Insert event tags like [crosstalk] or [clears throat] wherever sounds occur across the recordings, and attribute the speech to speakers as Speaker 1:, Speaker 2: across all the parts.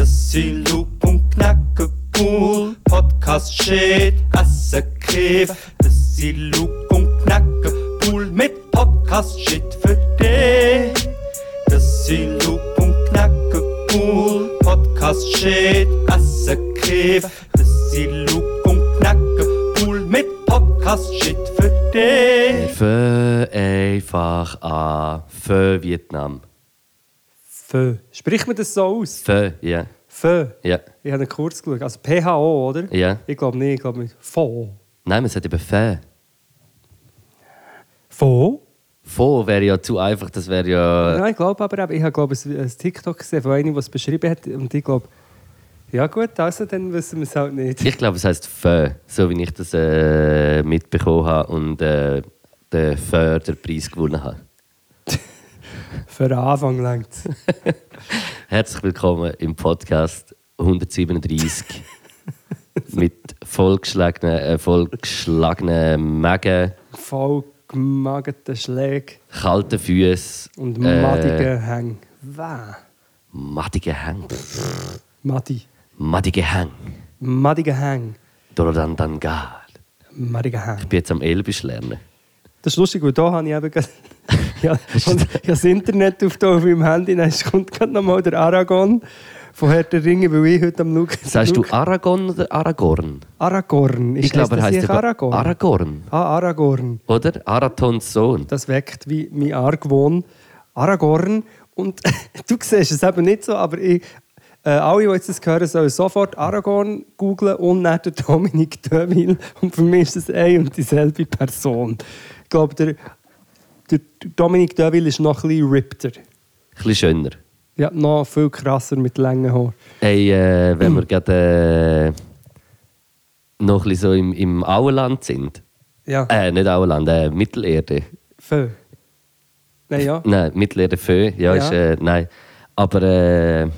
Speaker 1: Bussi, Loop und Knacke cool. Podcast shit, Asse Kiff. Bussi, Loop und Knacke cool. Mit Podcast shit für dich. Bussi, Loop und Knacke cool. Podcast shit, Asse Kiff. Bussi, Loop und Knacke cool. Mit Podcast shit für dich.
Speaker 2: Für einfach an. Für Vietnam.
Speaker 3: Fö. Spricht man das so aus?
Speaker 2: Für, ja.
Speaker 3: Fö.
Speaker 2: Ja.
Speaker 3: Ich habe kurz geschaut. Also PHO, oder?
Speaker 2: Ja.
Speaker 3: Ich glaube nicht, ich glaube mit Fo.
Speaker 2: Nein, man sagt eben Für.
Speaker 3: Fo?
Speaker 2: Vor wäre ja zu einfach, das wäre ja.
Speaker 3: Nein, ich glaube aber, eben, ich habe glaube, ein, ein TikTok gesehen von einem, der es beschrieben hat. Und ich glaube, ja gut, also dann wissen wir es halt nicht.
Speaker 2: Ich glaube, es heißt Für, so wie ich das äh, mitbekommen habe und äh, den Für den Preis gewonnen habe.
Speaker 3: Für den Anfang längt es.
Speaker 2: Herzlich willkommen im Podcast
Speaker 3: [laughs]
Speaker 2: 137 mit vollgeschlagenen, äh, vollgeschlagenen Mägen,
Speaker 3: Voll gemagerte Schläge
Speaker 2: kalten Füßen
Speaker 3: und
Speaker 2: äh,
Speaker 3: mattige Hänge. Wow.
Speaker 2: mattigen Hängen.
Speaker 3: Matti.
Speaker 2: Mattige Hängen.
Speaker 3: Mattige Hänge.
Speaker 2: Dorodandangal.
Speaker 3: Mattige Hänge.
Speaker 2: Ich bin jetzt am Elbisch lernen.
Speaker 3: Das ist lustig, weil da habe
Speaker 2: [laughs]
Speaker 3: ich eben gerade- ja, ich habe das Internet auf, da auf meinem Handy, dann kommt gerade nochmal der Aragon von Herr der Ringe, weil ich heute am Schauen
Speaker 2: Sagst du Aragon oder Aragorn?
Speaker 3: Aragorn.
Speaker 2: Ich glaube, er
Speaker 3: das
Speaker 2: heißt
Speaker 3: nicht Aragorn.
Speaker 2: Aragorn.
Speaker 3: ah, Aragorn.
Speaker 2: Oder? Arathons Sohn.
Speaker 3: Das weckt wie mein Argwohn. Aragorn. Und [laughs] du siehst es eben nicht so, aber ich, äh, alle, die jetzt das hören, sollen sofort Aragorn googlen und nicht den Dominik Dömil. Und für mich ist das eine und dieselbe Person. Ich glaube, der, der Dominik Dömil ist noch ein bisschen rippter.
Speaker 2: Ein bisschen schöner.
Speaker 3: Ja, noch viel krasser mit langen Haaren.
Speaker 2: Hey, äh, wenn wir gerade äh, noch ein bisschen so im, im Auenland sind.
Speaker 3: Ja,
Speaker 2: Äh, nicht Auenland, äh, Mittelerde.
Speaker 3: viel. Nein, ja.
Speaker 2: Nein, Mittelerde Föh. Ja,
Speaker 3: Ja.
Speaker 2: ist. Äh, nein. Aber. Äh,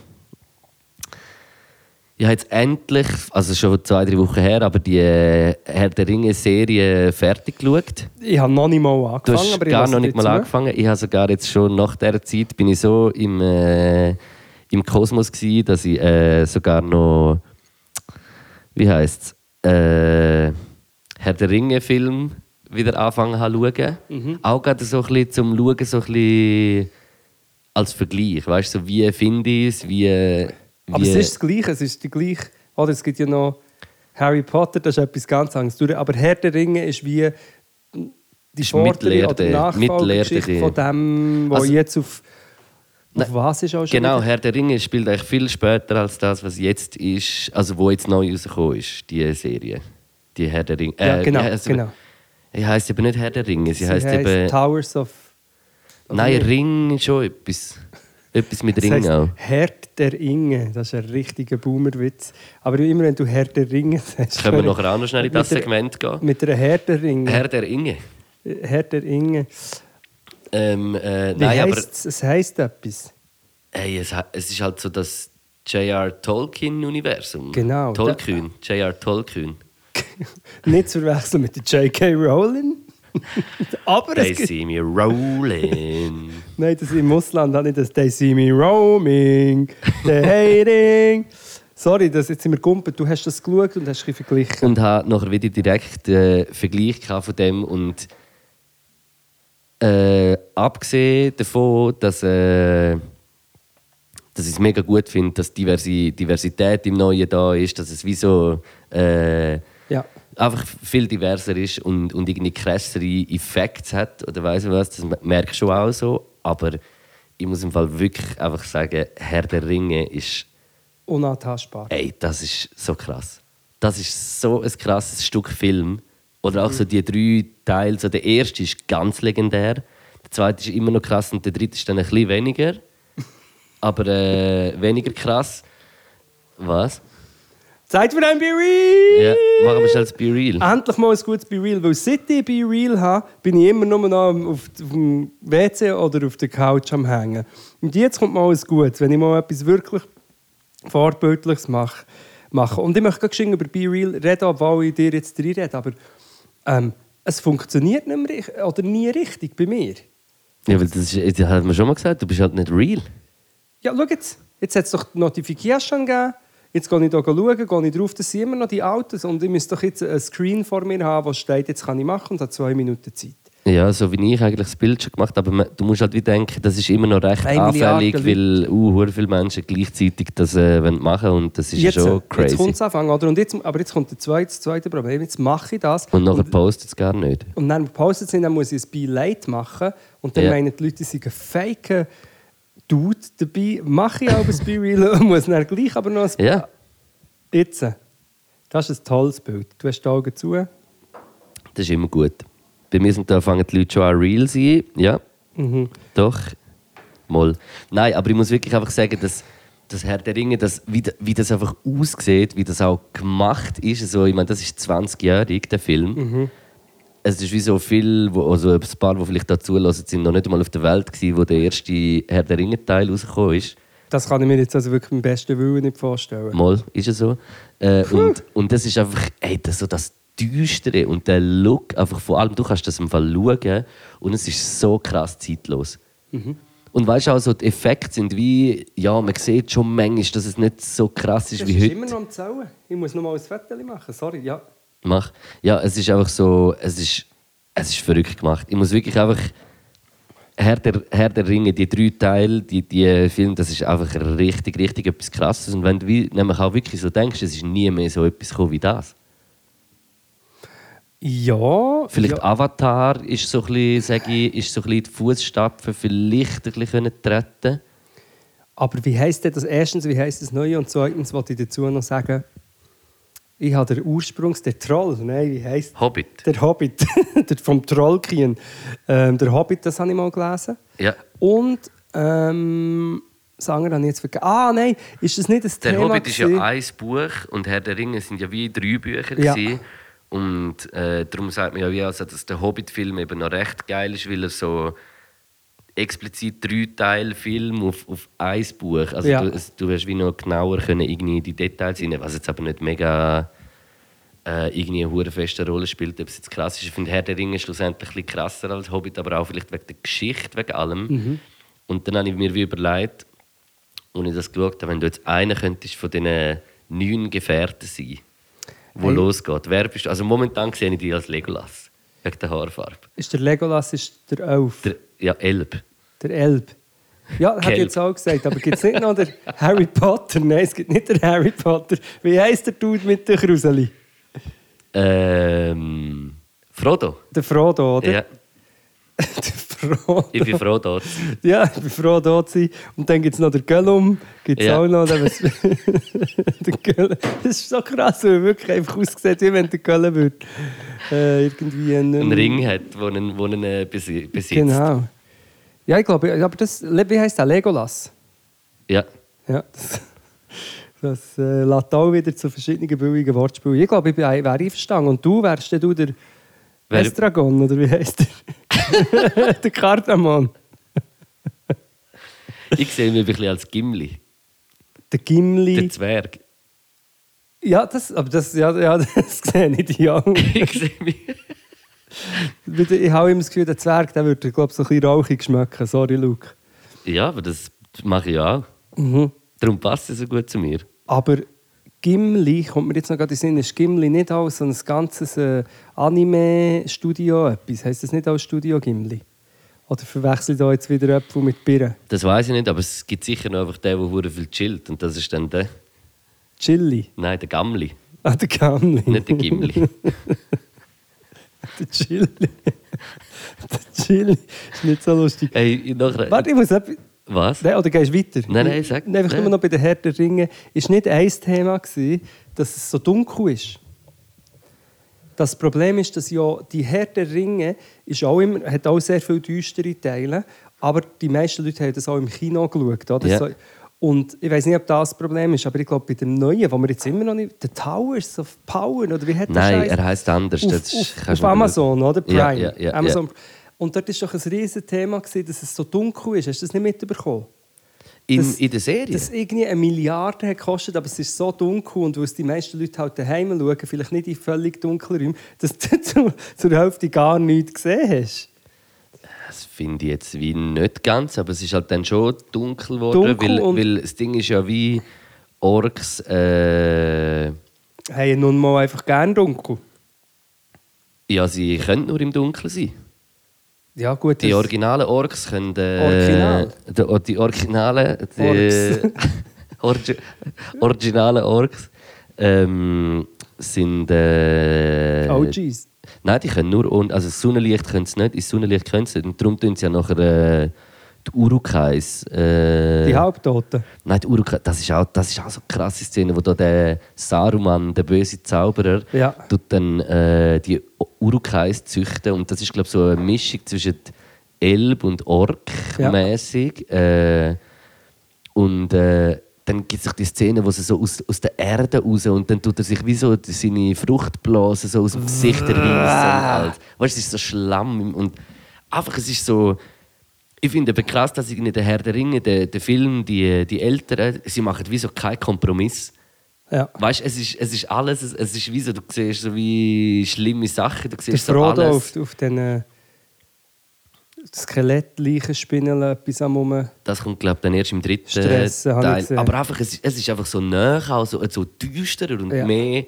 Speaker 2: ich habe jetzt endlich, also schon zwei, drei Wochen her, aber die äh, Herr der Ringe-Serie fertig geschaut.
Speaker 3: Ich habe noch nicht mal angefangen.
Speaker 2: Du hast
Speaker 3: aber ich
Speaker 2: gar
Speaker 3: lasse
Speaker 2: noch nicht
Speaker 3: dir
Speaker 2: mal
Speaker 3: zu.
Speaker 2: angefangen. Ich habe sogar jetzt schon nach dieser Zeit bin ich so im, äh, im Kosmos gewesen, dass ich äh, sogar noch wie heißt es äh, Herr der Ringe Film wieder anfangen habe zu schauen.
Speaker 3: Mhm.
Speaker 2: Auch gerade so ein bisschen zum Schauen so ein bisschen als Vergleich, weißt du, so wie finde ich es, wie, wie
Speaker 3: Aber es ist das Gleiche, es ist die gleiche. Oder es gibt ja noch Harry Potter, das ist etwas ganz anderes. Du- Aber Herr der Ringe ist wie die Vordere
Speaker 2: mitleer-
Speaker 3: oder
Speaker 2: mitleer-
Speaker 3: Nachfolgeschichte von dem, was
Speaker 2: Also-
Speaker 3: jetzt auf, auf was ist auch schon
Speaker 2: Genau,
Speaker 3: wieder?
Speaker 2: Herr der Ringe spielt eigentlich viel später als das, was jetzt ist, also wo jetzt neu rausgekommen ist, die Serie. Die Herr der Ringe. äh,
Speaker 3: Ja, genau,
Speaker 2: die heisst
Speaker 3: genau.
Speaker 2: Aber, ich heisst eben nicht Herr der Ringe, also sie,
Speaker 3: Sie
Speaker 2: heisst
Speaker 3: heisst
Speaker 2: eben.
Speaker 3: Towers of...
Speaker 2: Nein,
Speaker 3: Oder-
Speaker 2: Ring ist schon etwas. Etwas mit
Speaker 3: Das
Speaker 2: Ring
Speaker 3: heisst
Speaker 2: auch.
Speaker 3: Herr der Ringe, das ist ein richtiger Boomerwitz. Aber immer wenn du Herr der Ringe sagst...
Speaker 2: Können wir nachher auch noch schnell in
Speaker 3: mit
Speaker 2: das
Speaker 3: der-
Speaker 2: Segment gehen?
Speaker 3: [laughs] Mit einer Herr der Ringe.
Speaker 2: Herr der Ringe.
Speaker 3: Herr, der Ringe.
Speaker 2: Ähm, äh,
Speaker 3: Wie
Speaker 2: nein, aber
Speaker 3: heisst's? es heisst etwas.
Speaker 2: ey, es, ha- es ist halt so das J.R. Tolkien-Universum.
Speaker 3: Genau, da-
Speaker 2: Tolkien. J.R. Tolkien.
Speaker 3: Nicht zu verwechseln mit der
Speaker 2: [laughs]
Speaker 3: J.K. Rowling. Aber
Speaker 2: They
Speaker 3: es gibt,
Speaker 2: see me rolling.
Speaker 3: [laughs] nein, das im Ausland habe ich das They see me roaming, they hating. Sorry, das jetzt sind wir gumpet. Du hast das geschaut und hast ein bisschen verglichen.
Speaker 2: und habe nachher wieder direkt äh, Vergleich gehabt von dem und äh, abgesehen davon, dass, äh, dass ich es mega gut finde, dass Diversi Diversität im Neuen da ist, dass es wie so äh,
Speaker 3: Ja.
Speaker 2: einfach viel diverser ist und, und irgendwie krassere Effekte hat oder weiss ich was, das merke ich schon auch so, aber ich muss im Fall wirklich einfach sagen, Herr der Ringe ist
Speaker 3: Unantastbar.
Speaker 2: Ey, das ist so krass. Das ist so ein krasses Stück Film. Oder auch
Speaker 3: Mhm.
Speaker 2: so die drei Teile. So der erste ist ganz legendär, der zweite ist immer noch krass und der dritte ist dann ein bisschen
Speaker 3: [laughs]
Speaker 2: weniger. Aber äh, weniger krass. Was?
Speaker 3: Zeit für ein Be Real!
Speaker 2: Ja, machen wir schnell das Be Real.
Speaker 3: Endlich mal ein gutes Be Real, weil seit ich Be Real habe, bin ich immer nur noch am- auf, auf dem WC oder auf der Couch am Hängen. Und jetzt kommt mal ein gutes, wenn ich mal etwas wirklich Vorbildliches mache. mache. Und ich möchte gerade schnell über Be Real reden, obwohl ich dir jetzt reinrede, aber ähm, es funktioniert nicht mehr, rich- oder nie richtig bei mir.
Speaker 2: Ja, weil das, ist, das hat man schon mal gesagt, du bist halt nicht real.
Speaker 3: Ja, schau jetzt, jetzt hat es doch die Notification gegeben, Jetzt gehe ich da schauen, gehe ich drauf, das sind immer noch die Autos und ich müsste doch jetzt einen Screen vor mir haben, wo steht, jetzt kann ich machen und habe zwei Minuten Zeit.
Speaker 2: Ja, so wie ich eigentlich das Bild schon gemacht habe, aber man- du musst halt wie denken, das ist immer noch recht
Speaker 3: Eine
Speaker 2: anfällig,
Speaker 3: Milliarde
Speaker 2: weil uh, hure viele Menschen gleichzeitig das äh, wollen machen und das ist ja schon
Speaker 3: Jetzt
Speaker 2: crazy.
Speaker 3: kommt es anfangen, oder? Und jetzt, aber jetzt kommt der zweite, das zweite Problem. Jetzt mache ich das.
Speaker 2: Und nachher postet es gar nicht.
Speaker 3: Und dann postet sie, dann muss ich ein Beileid machen. Und dann
Speaker 2: Ja.
Speaker 3: meinen die Leute, sie seien ein fake Dude dabei. Mache ich aber ein Be-Real und muss dann gleich aber noch ein
Speaker 2: Ja,
Speaker 3: Jetzt. Das ist ein tolles Bild. Du hast die Augen zu.
Speaker 2: das ist immer gut. Bei mir sind da fangen die Leute schon an real zu sein. Ja, doch. Moll. Nein, aber ich muss wirklich einfach sagen, dass das Herr der Ringe, dass, wie, da- wie das einfach aussieht, wie das auch gemacht ist. Also, ich meine, das ist 20-jährig, der Film. Es ist wie so viel, wo, also ein paar, die vielleicht dazu lassen, sind noch nicht einmal auf der Welt gewesen, wo der erste Herr der Ringe-Teil rausgekommen ist.
Speaker 3: Das kann ich mir jetzt also wirklich im besten Willen nicht vorstellen.
Speaker 2: Mal, ist es so. Äh, und, und das ist einfach ey, das, so das Düstere und der Look, einfach vor allem, du kannst das im Fall schauen und es ist so krass zeitlos.
Speaker 3: Mhm.
Speaker 2: Und weißt du auch, so die Effekte sind wie, ja, man sieht schon manchmal, dass es nicht so krass ist
Speaker 3: Das
Speaker 2: wie
Speaker 3: ist
Speaker 2: heute.
Speaker 3: immer noch am Zählen. Ich muss noch mal ein Foto machen. Sorry, ja.
Speaker 2: Mach. Ja, es ist einfach so, es ist, es ist verrückt gemacht. Ich muss wirklich einfach, Herr der, Herr der Ringe, die drei Teile, die, die Filme, das ist einfach richtig, richtig etwas Krasses. Und wenn du wie- nämlich auch wirklich so denkst, es ist nie mehr so etwas gekommen wie das.
Speaker 3: Ja.
Speaker 2: Vielleicht
Speaker 3: ja.
Speaker 2: Avatar ist so ein bisschen, sage ich, ist so ein bisschen die Fußstapfen vielleicht ein bisschen können treten
Speaker 3: Aber wie heisst denn das? Erstens, wie heisst das Neue? Und zweitens wollte ich dazu noch sagen, ich habe den Ursprungs, der Troll. Nein, wie heisst
Speaker 2: Hobbit.
Speaker 3: Der Hobbit, [laughs] der vom Trollkien. Ähm, der Hobbit, das habe ich mal gelesen.
Speaker 2: Ja.
Speaker 3: Und ähm, das andere habe ich jetzt vergessen. Ah, nein, ist das nicht das
Speaker 2: Der
Speaker 3: Thema?
Speaker 2: Hobbit ist ja
Speaker 3: gewesen?
Speaker 2: ein Buch und Herr der Ringe sind ja wie drei Bücher.
Speaker 3: Ja.
Speaker 2: gewesen. Und äh, darum sagt man ja, wie also, dass der Hobbit-Film eben noch recht geil ist, weil er so explizit drei Teile Film auf, auf ein Buch. Also
Speaker 3: Ja.
Speaker 2: du, es, du wirst wie noch genauer können irgendwie in die Details hinein, was jetzt aber nicht mega äh, irgendwie eine hure feste Rolle spielt, ob es jetzt krass ist. Ich finde Herr der Ringe ist schlussendlich ein bisschen krasser als Hobbit, aber auch vielleicht wegen der Geschichte, wegen allem.
Speaker 3: Mhm.
Speaker 2: Und dann habe ich mir wie überlegt, und ich das geschaut habe, wenn du jetzt einer könntest von diesen neun Gefährten sein, wo
Speaker 3: Hey.
Speaker 2: losgeht. Wer bist du? Also momentan sehe ich dich als Legolas, wegen der Haarfarbe.
Speaker 3: Ist der Legolas ist der Elf, der,
Speaker 2: Der, ja, Elb.
Speaker 3: Elb. Ja, hat
Speaker 2: Gelb.
Speaker 3: jetzt auch gesagt, aber gibt es nicht noch den Harry Potter? Nein, es gibt nicht den Harry Potter. Wie heisst der Dude mit der Kruseli?
Speaker 2: Ähm, Frodo.
Speaker 3: Der Frodo, oder?
Speaker 2: Ja,
Speaker 3: der Frodo.
Speaker 2: ich bin Frodo.
Speaker 3: Ja, ich bin froh, da zu sein. Und dann gibt es noch den Göllum. Gibt es
Speaker 2: Ja.
Speaker 3: auch noch. [laughs] Den, den Göllum. Das ist so krass, weil er wirklich einfach aussieht, wie wenn der Göllum würde. Äh, irgendwie ein, [laughs]
Speaker 2: Ein Ring hat, wo einen, wo einen äh, besi- besitzt.
Speaker 3: Genau. Ja, ich glaube, aber das, wie heißt der? Legolas.
Speaker 2: Ja.
Speaker 3: Ja, das, das äh, lässt auch wieder zu verschiedenen billigen Wortspielen. Ich glaube, ich bin- wäre einverstanden. Und du wärst dann du der
Speaker 2: Wer-
Speaker 3: Estragon, oder wie heißt der? [laughs] der Kardamon.
Speaker 2: Ich sehe mich ein bisschen als Gimli,
Speaker 3: Der Gimli.
Speaker 2: der Zwerg. [laughs]
Speaker 3: Ja, das, aber das, ja, ja, [laughs] das sehe ich die auch.
Speaker 2: Ich sehe mich.
Speaker 3: Wieder- Ich habe immer das Gefühl, der Zwerg der würde, glaube ich, so ein bisschen rauchig schmecken. Sorry, Luke.
Speaker 2: Ja, aber das mache ich auch.
Speaker 3: Mhm.
Speaker 2: Darum passt es so gut zu mir.
Speaker 3: Aber Gimli, kommt mir jetzt noch gerade in den Sinn, ist Gimli nicht auch so ein ganzes äh, Anime-Studio etwas? Heißt das nicht auch Studio Gimli? Oder verwechselt da jetzt wieder Äpfel mit Birnen?
Speaker 2: Das weiß ich nicht, aber es gibt sicher noch einfach den, der hure viel chillt. Und das ist dann der,
Speaker 3: Chili.
Speaker 2: nein, der Gamli,
Speaker 3: Ah, der Gimli.
Speaker 2: nicht der Gimli.
Speaker 3: [laughs] der Chili. [laughs] der Chili. Ist nicht so lustig.
Speaker 2: hey, noch
Speaker 3: Warte, ich muss etwas...
Speaker 2: Was?
Speaker 3: Nein, oder gehst du weiter?
Speaker 2: Nein, nein, sag.
Speaker 3: Einfach
Speaker 2: Nein.
Speaker 3: nur noch bei den Herr der Ringe. Ist nicht ein Thema, gewesen, dass es so dunkel ist? Das Problem ist, dass ja die Herr der Ringe ist auch immer, hat auch sehr viele düstere Teile, aber die meisten Leute haben das auch im Kino geschaut. Oder?
Speaker 2: Ja.
Speaker 3: So, und ich weiß nicht, ob das das Problem ist, aber ich glaube, bei dem Neuen, wo wir jetzt immer noch nicht... «The Towers of Power» oder wie hat der
Speaker 2: Nein,
Speaker 3: Scheiß-
Speaker 2: er heisst anders.
Speaker 3: Auf,
Speaker 2: Das ist- kannst
Speaker 3: auf,
Speaker 2: du
Speaker 3: auf
Speaker 2: mal
Speaker 3: Amazon,
Speaker 2: schauen.
Speaker 3: oder? Prime.
Speaker 2: Ja, ja, ja,
Speaker 3: Amazon. Und dort war doch ein riesiges Thema, gewesen, dass es so dunkel ist. Hast du das nicht mitbekommen?
Speaker 2: In,
Speaker 3: Das-
Speaker 2: in der Serie?
Speaker 3: Das irgendwie eine Milliarde hat gekostet, aber es ist so dunkel und weil es die meisten Leute halt daheim schauen, vielleicht nicht in völlig dunklen Räumen, dass du [laughs] zu- zur Hälfte gar nichts gesehen hast.
Speaker 2: Das finde ich jetzt wie nicht ganz, aber es ist halt dann schon dunkel geworden,
Speaker 3: Dunkel
Speaker 2: weil,
Speaker 3: und-
Speaker 2: weil das Ding ist ja wie Orks. Äh,
Speaker 3: Haben nun mal einfach gern dunkel.
Speaker 2: ja, sie können nur im Dunkeln sein.
Speaker 3: Ja, gut.
Speaker 2: Die
Speaker 3: das-
Speaker 2: originalen Orks können. Äh,
Speaker 3: Original.
Speaker 2: Die, oh, die originalen. Die [laughs] Orgi originalen Orks ähm, sind. Äh,
Speaker 3: OGs.
Speaker 2: Nein, die können nur. ohne- Also, das Sonnenlicht können sie nicht. Ins Sonnenlicht können sie nicht. Und darum tun sie ja nachher. Äh, die Urukais. Äh,
Speaker 3: Die Halbtoten.
Speaker 2: Nein, die Urukai, das ist auch, das ist auch so eine krasse Szene, wo da der Saruman, der böse Zauberer,
Speaker 3: Ja.
Speaker 2: tut dann äh, die Urukais züchten und das ist glaube so eine Mischung zwischen Elb und Ork
Speaker 3: Ja.
Speaker 2: mäßig äh, und äh, dann gibt es auch die Szene, wo sie so aus, aus der Erde raus und dann tut er sich wie so seine Fruchtblase so aus dem Gesicht erreissen. Halt. Weißt du, es ist so Schlamm im- und einfach, es ist so... Ich finde aber krass, dass in der Herr der Ringe, der, der Film, die, die Eltern, sie machen wie so keinen Kompromiss.
Speaker 3: Ja.
Speaker 2: Weißt du, es ist, es ist alles, es, es ist wie so, du siehst so wie schlimme Sachen, du
Speaker 3: Der
Speaker 2: siehst so
Speaker 3: Frodo auf,
Speaker 2: alles.
Speaker 3: auf den äh, Skelett, Leichenspinnen, etwas am Rum.
Speaker 2: Das kommt, glaube ich, dann erst im dritten
Speaker 3: Stress, habe ich
Speaker 2: Teil.
Speaker 3: gesehen.
Speaker 2: Aber einfach, es, ist- es ist einfach so näher, auch so, so düsterer und
Speaker 3: Ja.
Speaker 2: mehr,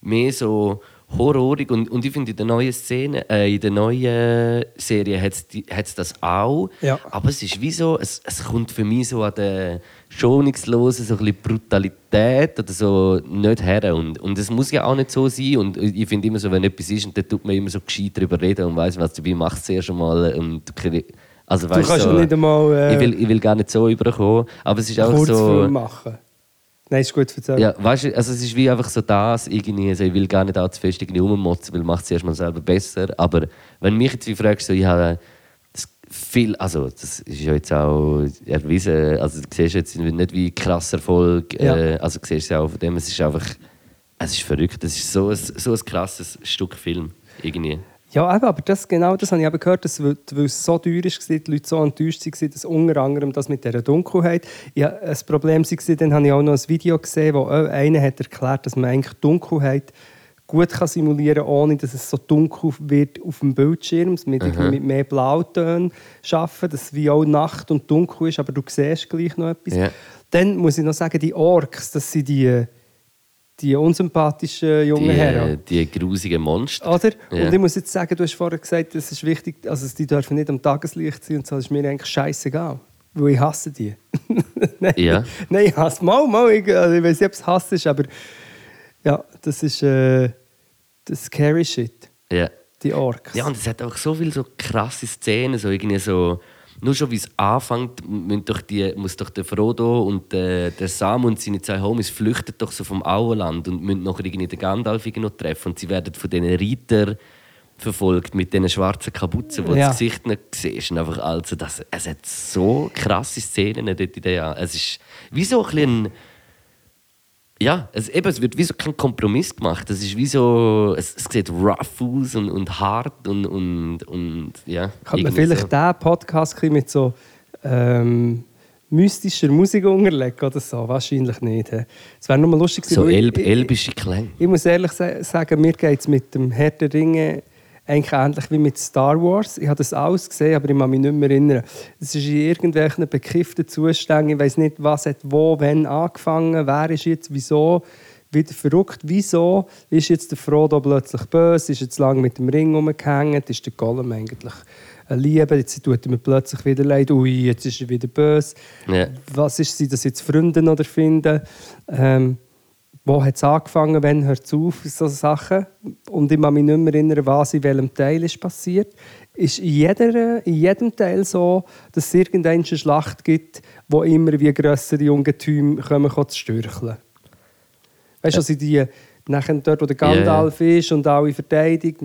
Speaker 2: mehr so horrorig. Und, und ich finde, in der neuen Szene, äh, in der neuen Serie hat es das auch.
Speaker 3: Ja.
Speaker 2: Aber es ist wie so, es, es kommt für mich so an der schonungslosen so ein bisschen Brutalität oder so nicht her. Und, und es muss ja auch nicht so sein. Und ich finde immer so, wenn etwas ist, und dann tut man immer so gescheit darüber reden und weiß was dabei macht es erst einmal. äh, Und du krieg- also,
Speaker 3: Du
Speaker 2: weißt
Speaker 3: kannst
Speaker 2: so,
Speaker 3: ja nicht einmal äh,
Speaker 2: ich will, ich will gar nicht so überkommen, aber es ist
Speaker 3: einen
Speaker 2: einfach
Speaker 3: Kurzfilm
Speaker 2: so.
Speaker 3: machen. Nein, ist gut erzählt.
Speaker 2: Ja, weißt du, also es ist wie einfach so das, irgendwie, also ich will gar nicht auch zu fest irgendwie rummotzen, weil macht es erstmal selber besser. Aber wenn mich jetzt wie fragst, so, ich habe das viel, also das ist ja jetzt auch erwiesen, also du siehst jetzt nicht wie krass Erfolg, äh, also du siehst es ja auch von dem, es ist einfach, es ist verrückt, es ist so ein, so ein krasses Stück Film, irgendwie.
Speaker 3: Ja, eben, aber das, genau das habe ich eben gehört, dass, weil weil es so teuer war, die Leute so enttäuscht waren, dass unter anderem das mit dieser Dunkelheit ja, ein Problem war. Dann habe ich auch noch ein Video gesehen, wo auch einer hat erklärt dass man eigentlich Dunkelheit gut kann simulieren kann, ohne dass es so dunkel wird auf dem Bildschirm. Mit,
Speaker 2: Mhm.
Speaker 3: irgendwie mit mehr Blautönen schaffen, dass es wie auch Nacht und dunkel ist, aber du siehst gleich noch etwas.
Speaker 2: Ja.
Speaker 3: Dann muss ich noch sagen, die Orks, das sind die, die unsympathischen jungen
Speaker 2: Die,
Speaker 3: Herren.
Speaker 2: äh, die grusigen Monster.
Speaker 3: Oder?
Speaker 2: Ja.
Speaker 3: Und ich muss jetzt sagen, du hast vorher gesagt, es ist wichtig, also die dürfen nicht am Tageslicht sein und so, das ist mir eigentlich scheißegal. Weil ich hasse die. [laughs] nein,
Speaker 2: Ja.
Speaker 3: nein, ich hasse mal, mal, ich, also ich weiß nicht, ob es Hass ist, aber ja, das ist äh, das scary shit,
Speaker 2: Ja.
Speaker 3: die Orks.
Speaker 2: Ja, und es hat auch so viele so krasse Szenen, so irgendwie so, nur schon wie es anfängt, müssen doch die, muss doch der Frodo und der, der Sam und seine zwei Homies flüchten doch so vom Auenland und müssen nachher irgendwie den Gandalf irgendwie noch treffen und sie werden von diesen Reitern verfolgt mit diesen schwarzen Kapuzen, wo du
Speaker 3: Ja.
Speaker 2: das Gesicht nicht siehst. Und einfach also, das, es hat so krasse Szenen dort in der Es ist wie so ein bisschen ein ja, es, eben, es wird wie so kein Kompromiss gemacht. Es ist wie so, es, es sieht rough aus und, und hart und, und, und ja.
Speaker 3: Kann man
Speaker 2: irgendwie
Speaker 3: vielleicht
Speaker 2: so.
Speaker 3: diesen Podcast ein bisschen mit so ähm, mystischer Musik unterlegen oder so? Wahrscheinlich nicht. hä? Es wäre nochmal lustig
Speaker 2: So
Speaker 3: weil ich-
Speaker 2: elb,
Speaker 3: ich-
Speaker 2: elbische Klänge.
Speaker 3: Ich muss ehrlich sa- sagen, mir geht es mit dem Herr der Ringe eigentlich ähnlich wie mit Star Wars. Ich habe das alles gesehen, aber ich kann mich nicht mehr erinnern. Es ist in irgendwelchen bekifften Zuständen. Ich weiß nicht, was hat wo, wann angefangen, wer ist jetzt, wieso wieder verrückt. Wieso ist jetzt der Frodo plötzlich böse, ist jetzt lange mit dem Ring rumgehängt, ist der Gollum eigentlich ein Liebe, jetzt tut er mir plötzlich wieder leid, ui, jetzt ist er wieder böse
Speaker 2: Ja.
Speaker 3: was ist, sind das jetzt Freunde oder Finden? Ähm, wo hat es angefangen, wann hört es auf, so Sachen. Und ich kann mich nicht mehr erinnern, was in welchem Teil ist passiert. Ist in, jeder, in jedem Teil so, dass es irgendeine Schlacht gibt, wo immer wie grössere Ungetüme kommen kommen zu stürcheln. Weißt du, also die, nachher dort, wo der
Speaker 2: Ja, ja.
Speaker 3: Gandalf ist und alle verteidigt,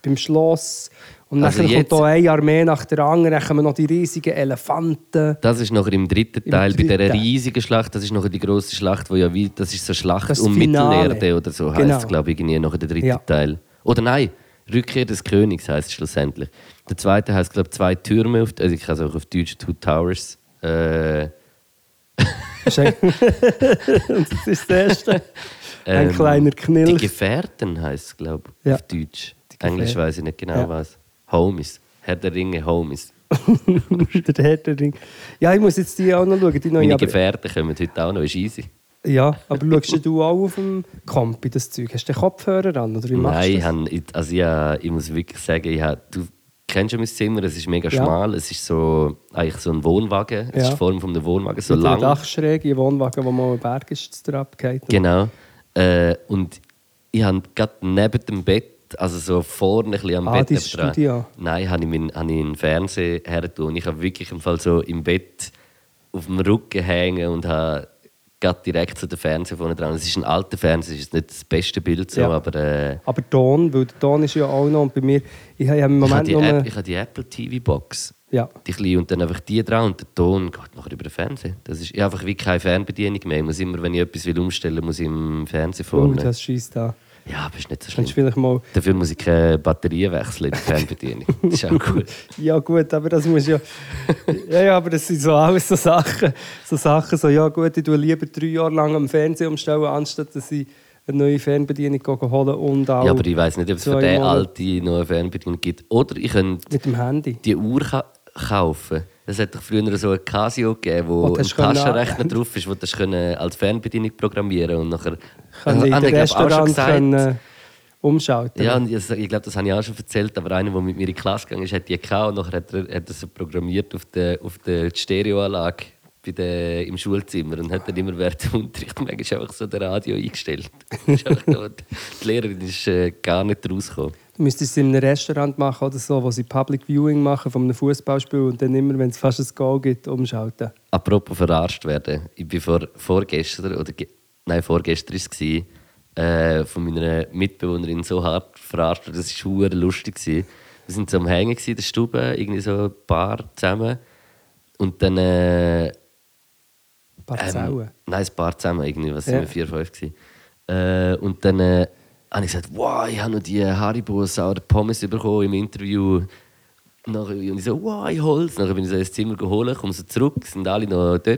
Speaker 3: beim Schloss. Und
Speaker 2: Also
Speaker 3: nachher
Speaker 2: jetzt-
Speaker 3: kommt hier eine Armee nach der anderen, dann kommen noch die riesigen Elefanten.
Speaker 2: Das ist nachher im dritten Teil, bei dieser
Speaker 3: dritten.
Speaker 2: riesigen Schlacht, das ist nachher die große Schlacht, wo ja wie, das ist so Schlacht
Speaker 3: Das
Speaker 2: um
Speaker 3: Finale.
Speaker 2: Mittelerde oder so heißt
Speaker 3: Genau.
Speaker 2: es, glaube ich, irgendwie nachher der dritte
Speaker 3: Ja.
Speaker 2: Teil. Oder nein, Rückkehr des Königs heißt es schlussendlich. Der zweite heißt, glaube ich, zwei Türme, auf, also ich kann es auch auf Deutsch, Two Towers. Äh,
Speaker 3: Das ist ein- Und [laughs] das ist das Erste. Ein
Speaker 2: Ähm,
Speaker 3: kleiner
Speaker 2: Die
Speaker 3: Knilch.
Speaker 2: Gefährten heißt es, glaube ich,
Speaker 3: Ja.
Speaker 2: auf Deutsch.
Speaker 3: Gefährten.
Speaker 2: Englisch weiß ich nicht genau
Speaker 3: Ja.
Speaker 2: was. Homies. Herr der Ringe, Homies.
Speaker 3: [laughs] der Härtering. Ja, ich muss jetzt die auch noch schauen. Die neue,
Speaker 2: Meine
Speaker 3: aber
Speaker 2: Gefährten kommen heute auch noch, ist easy.
Speaker 3: Ja, aber schaust du auch auf dem Kampi das Zeug? Hast du den Kopfhörer an oder wie machst
Speaker 2: Nein,
Speaker 3: du
Speaker 2: ich,
Speaker 3: das?
Speaker 2: han- ich- also ich, ha- ich muss wirklich sagen, ich ha- du kennst ja mein Zimmer, es ist mega
Speaker 3: Ja.
Speaker 2: schmal, es ist so, eigentlich so ein Wohnwagen, es
Speaker 3: Ja.
Speaker 2: ist die Form von einem Wohnwagen, so
Speaker 3: Mit einer
Speaker 2: lang.
Speaker 3: Dachschräge im Wohnwagen, wo mal ein Berg ist, der abgeht.
Speaker 2: Genau. Äh, und ich habe gerade neben dem Bett, also so vorne ein bisschen am
Speaker 3: Ah,
Speaker 2: Bett
Speaker 3: dein
Speaker 2: nebendran-
Speaker 3: Studio.
Speaker 2: Nein, habe ich, meinen, habe ich einen Fernseher hergetan und ich habe wirklich im Fall so im Bett auf dem Rücken hängen und habe gerade direkt zu dem Fernseher vorne dran. Es ist ein alter Fernseher, es ist nicht das beste Bild so,
Speaker 3: Ja.
Speaker 2: aber äh,
Speaker 3: Aber Ton, weil der Ton ist ja auch noch und bei mir, ich habe ja im
Speaker 2: ich habe
Speaker 3: Moment
Speaker 2: die,
Speaker 3: noch...
Speaker 2: App, ich habe die Apple TV Box.
Speaker 3: ja.
Speaker 2: Die kleine und dann einfach die dran und der Ton geht nachher über den Fernseher. Das ist ich habe einfach wie keine Fernbedienung mehr. Ich muss immer, wenn ich etwas will umstellen will, muss ich im Fernseher
Speaker 3: Oh,
Speaker 2: vorne.
Speaker 3: das schießt da.
Speaker 2: Ja, aber ist nicht so schlimm.
Speaker 3: Kannst du vielleicht mal...
Speaker 2: Dafür muss ich keine Batterie wechseln in der Fernbedienung. Das ist auch gut.
Speaker 3: Ja gut, aber das muss ja... ja, ja, aber das sind so alles so Sachen. So Sachen, so ja gut, ich tue lieber drei Jahre lang am Fernseher umstellen, anstatt dass ich eine neue Fernbedienung gehe holen und auch
Speaker 2: Ja, aber ich weiß nicht, ob es für
Speaker 3: Zwei
Speaker 2: den
Speaker 3: Monate.
Speaker 2: alten noch eine Fernbedienung gibt. Oder ich könnte
Speaker 3: mit dem Handy.
Speaker 2: die Uhr ka kaufen. Es hat doch früher so eine Casio gegeben, wo
Speaker 3: Oh,
Speaker 2: ein
Speaker 3: das können-
Speaker 2: Taschenrechner drauf ist, wo das können als Fernbedienung programmieren und nachher.
Speaker 3: Kann ich
Speaker 2: Ah,
Speaker 3: in
Speaker 2: nein,
Speaker 3: den
Speaker 2: ich glaub, auch schon
Speaker 3: Restaurant
Speaker 2: gesagt.
Speaker 3: können, äh, umschalten.
Speaker 2: Ja, und ich, ich glaube, das habe ich auch schon erzählt, aber einer, der mit mir in die Klasse gegangen ist, hat die gehabt und nachher hat er, hat er sie programmiert auf der, auf der Stereoanlage bei der, im Schulzimmer und hat dann immer während dem Unterricht manchmal einfach so der Radio eingestellt. [laughs] Ist einfach so, die Lehrerin ist äh, gar nicht rausgekommen.
Speaker 3: Du müsstest es in einem Restaurant machen oder so, wo sie Public Viewing machen von einem Fußballspiel und dann immer, wenn es fast ein Goal gibt, umschalten.
Speaker 2: Apropos verarscht werden, ich bin vor, vorgestern, oder ge- nein, vorgestern war es, gewesen, äh, von meiner Mitbewohnerin so hart verarscht worden, das war hure lustig. Gewesen. Wir waren so am Hängen gewesen in der Stube, irgendwie so ein paar zusammen. Und dann. Äh,
Speaker 3: Parzellen.
Speaker 2: ähm, nein, ein paar zusammen, irgendwie, was
Speaker 3: Ja.
Speaker 2: sind wir, vier, fünf gewesen. Äh, und dann äh, habe ich gesagt, wow, ich habe noch die Haribo saure Pommes bekommen im Interview. Nachher, und ich so, wow, ich hol's. Nachher bin ich so ins Zimmer geholt, komme so zurück, sind alle noch dort.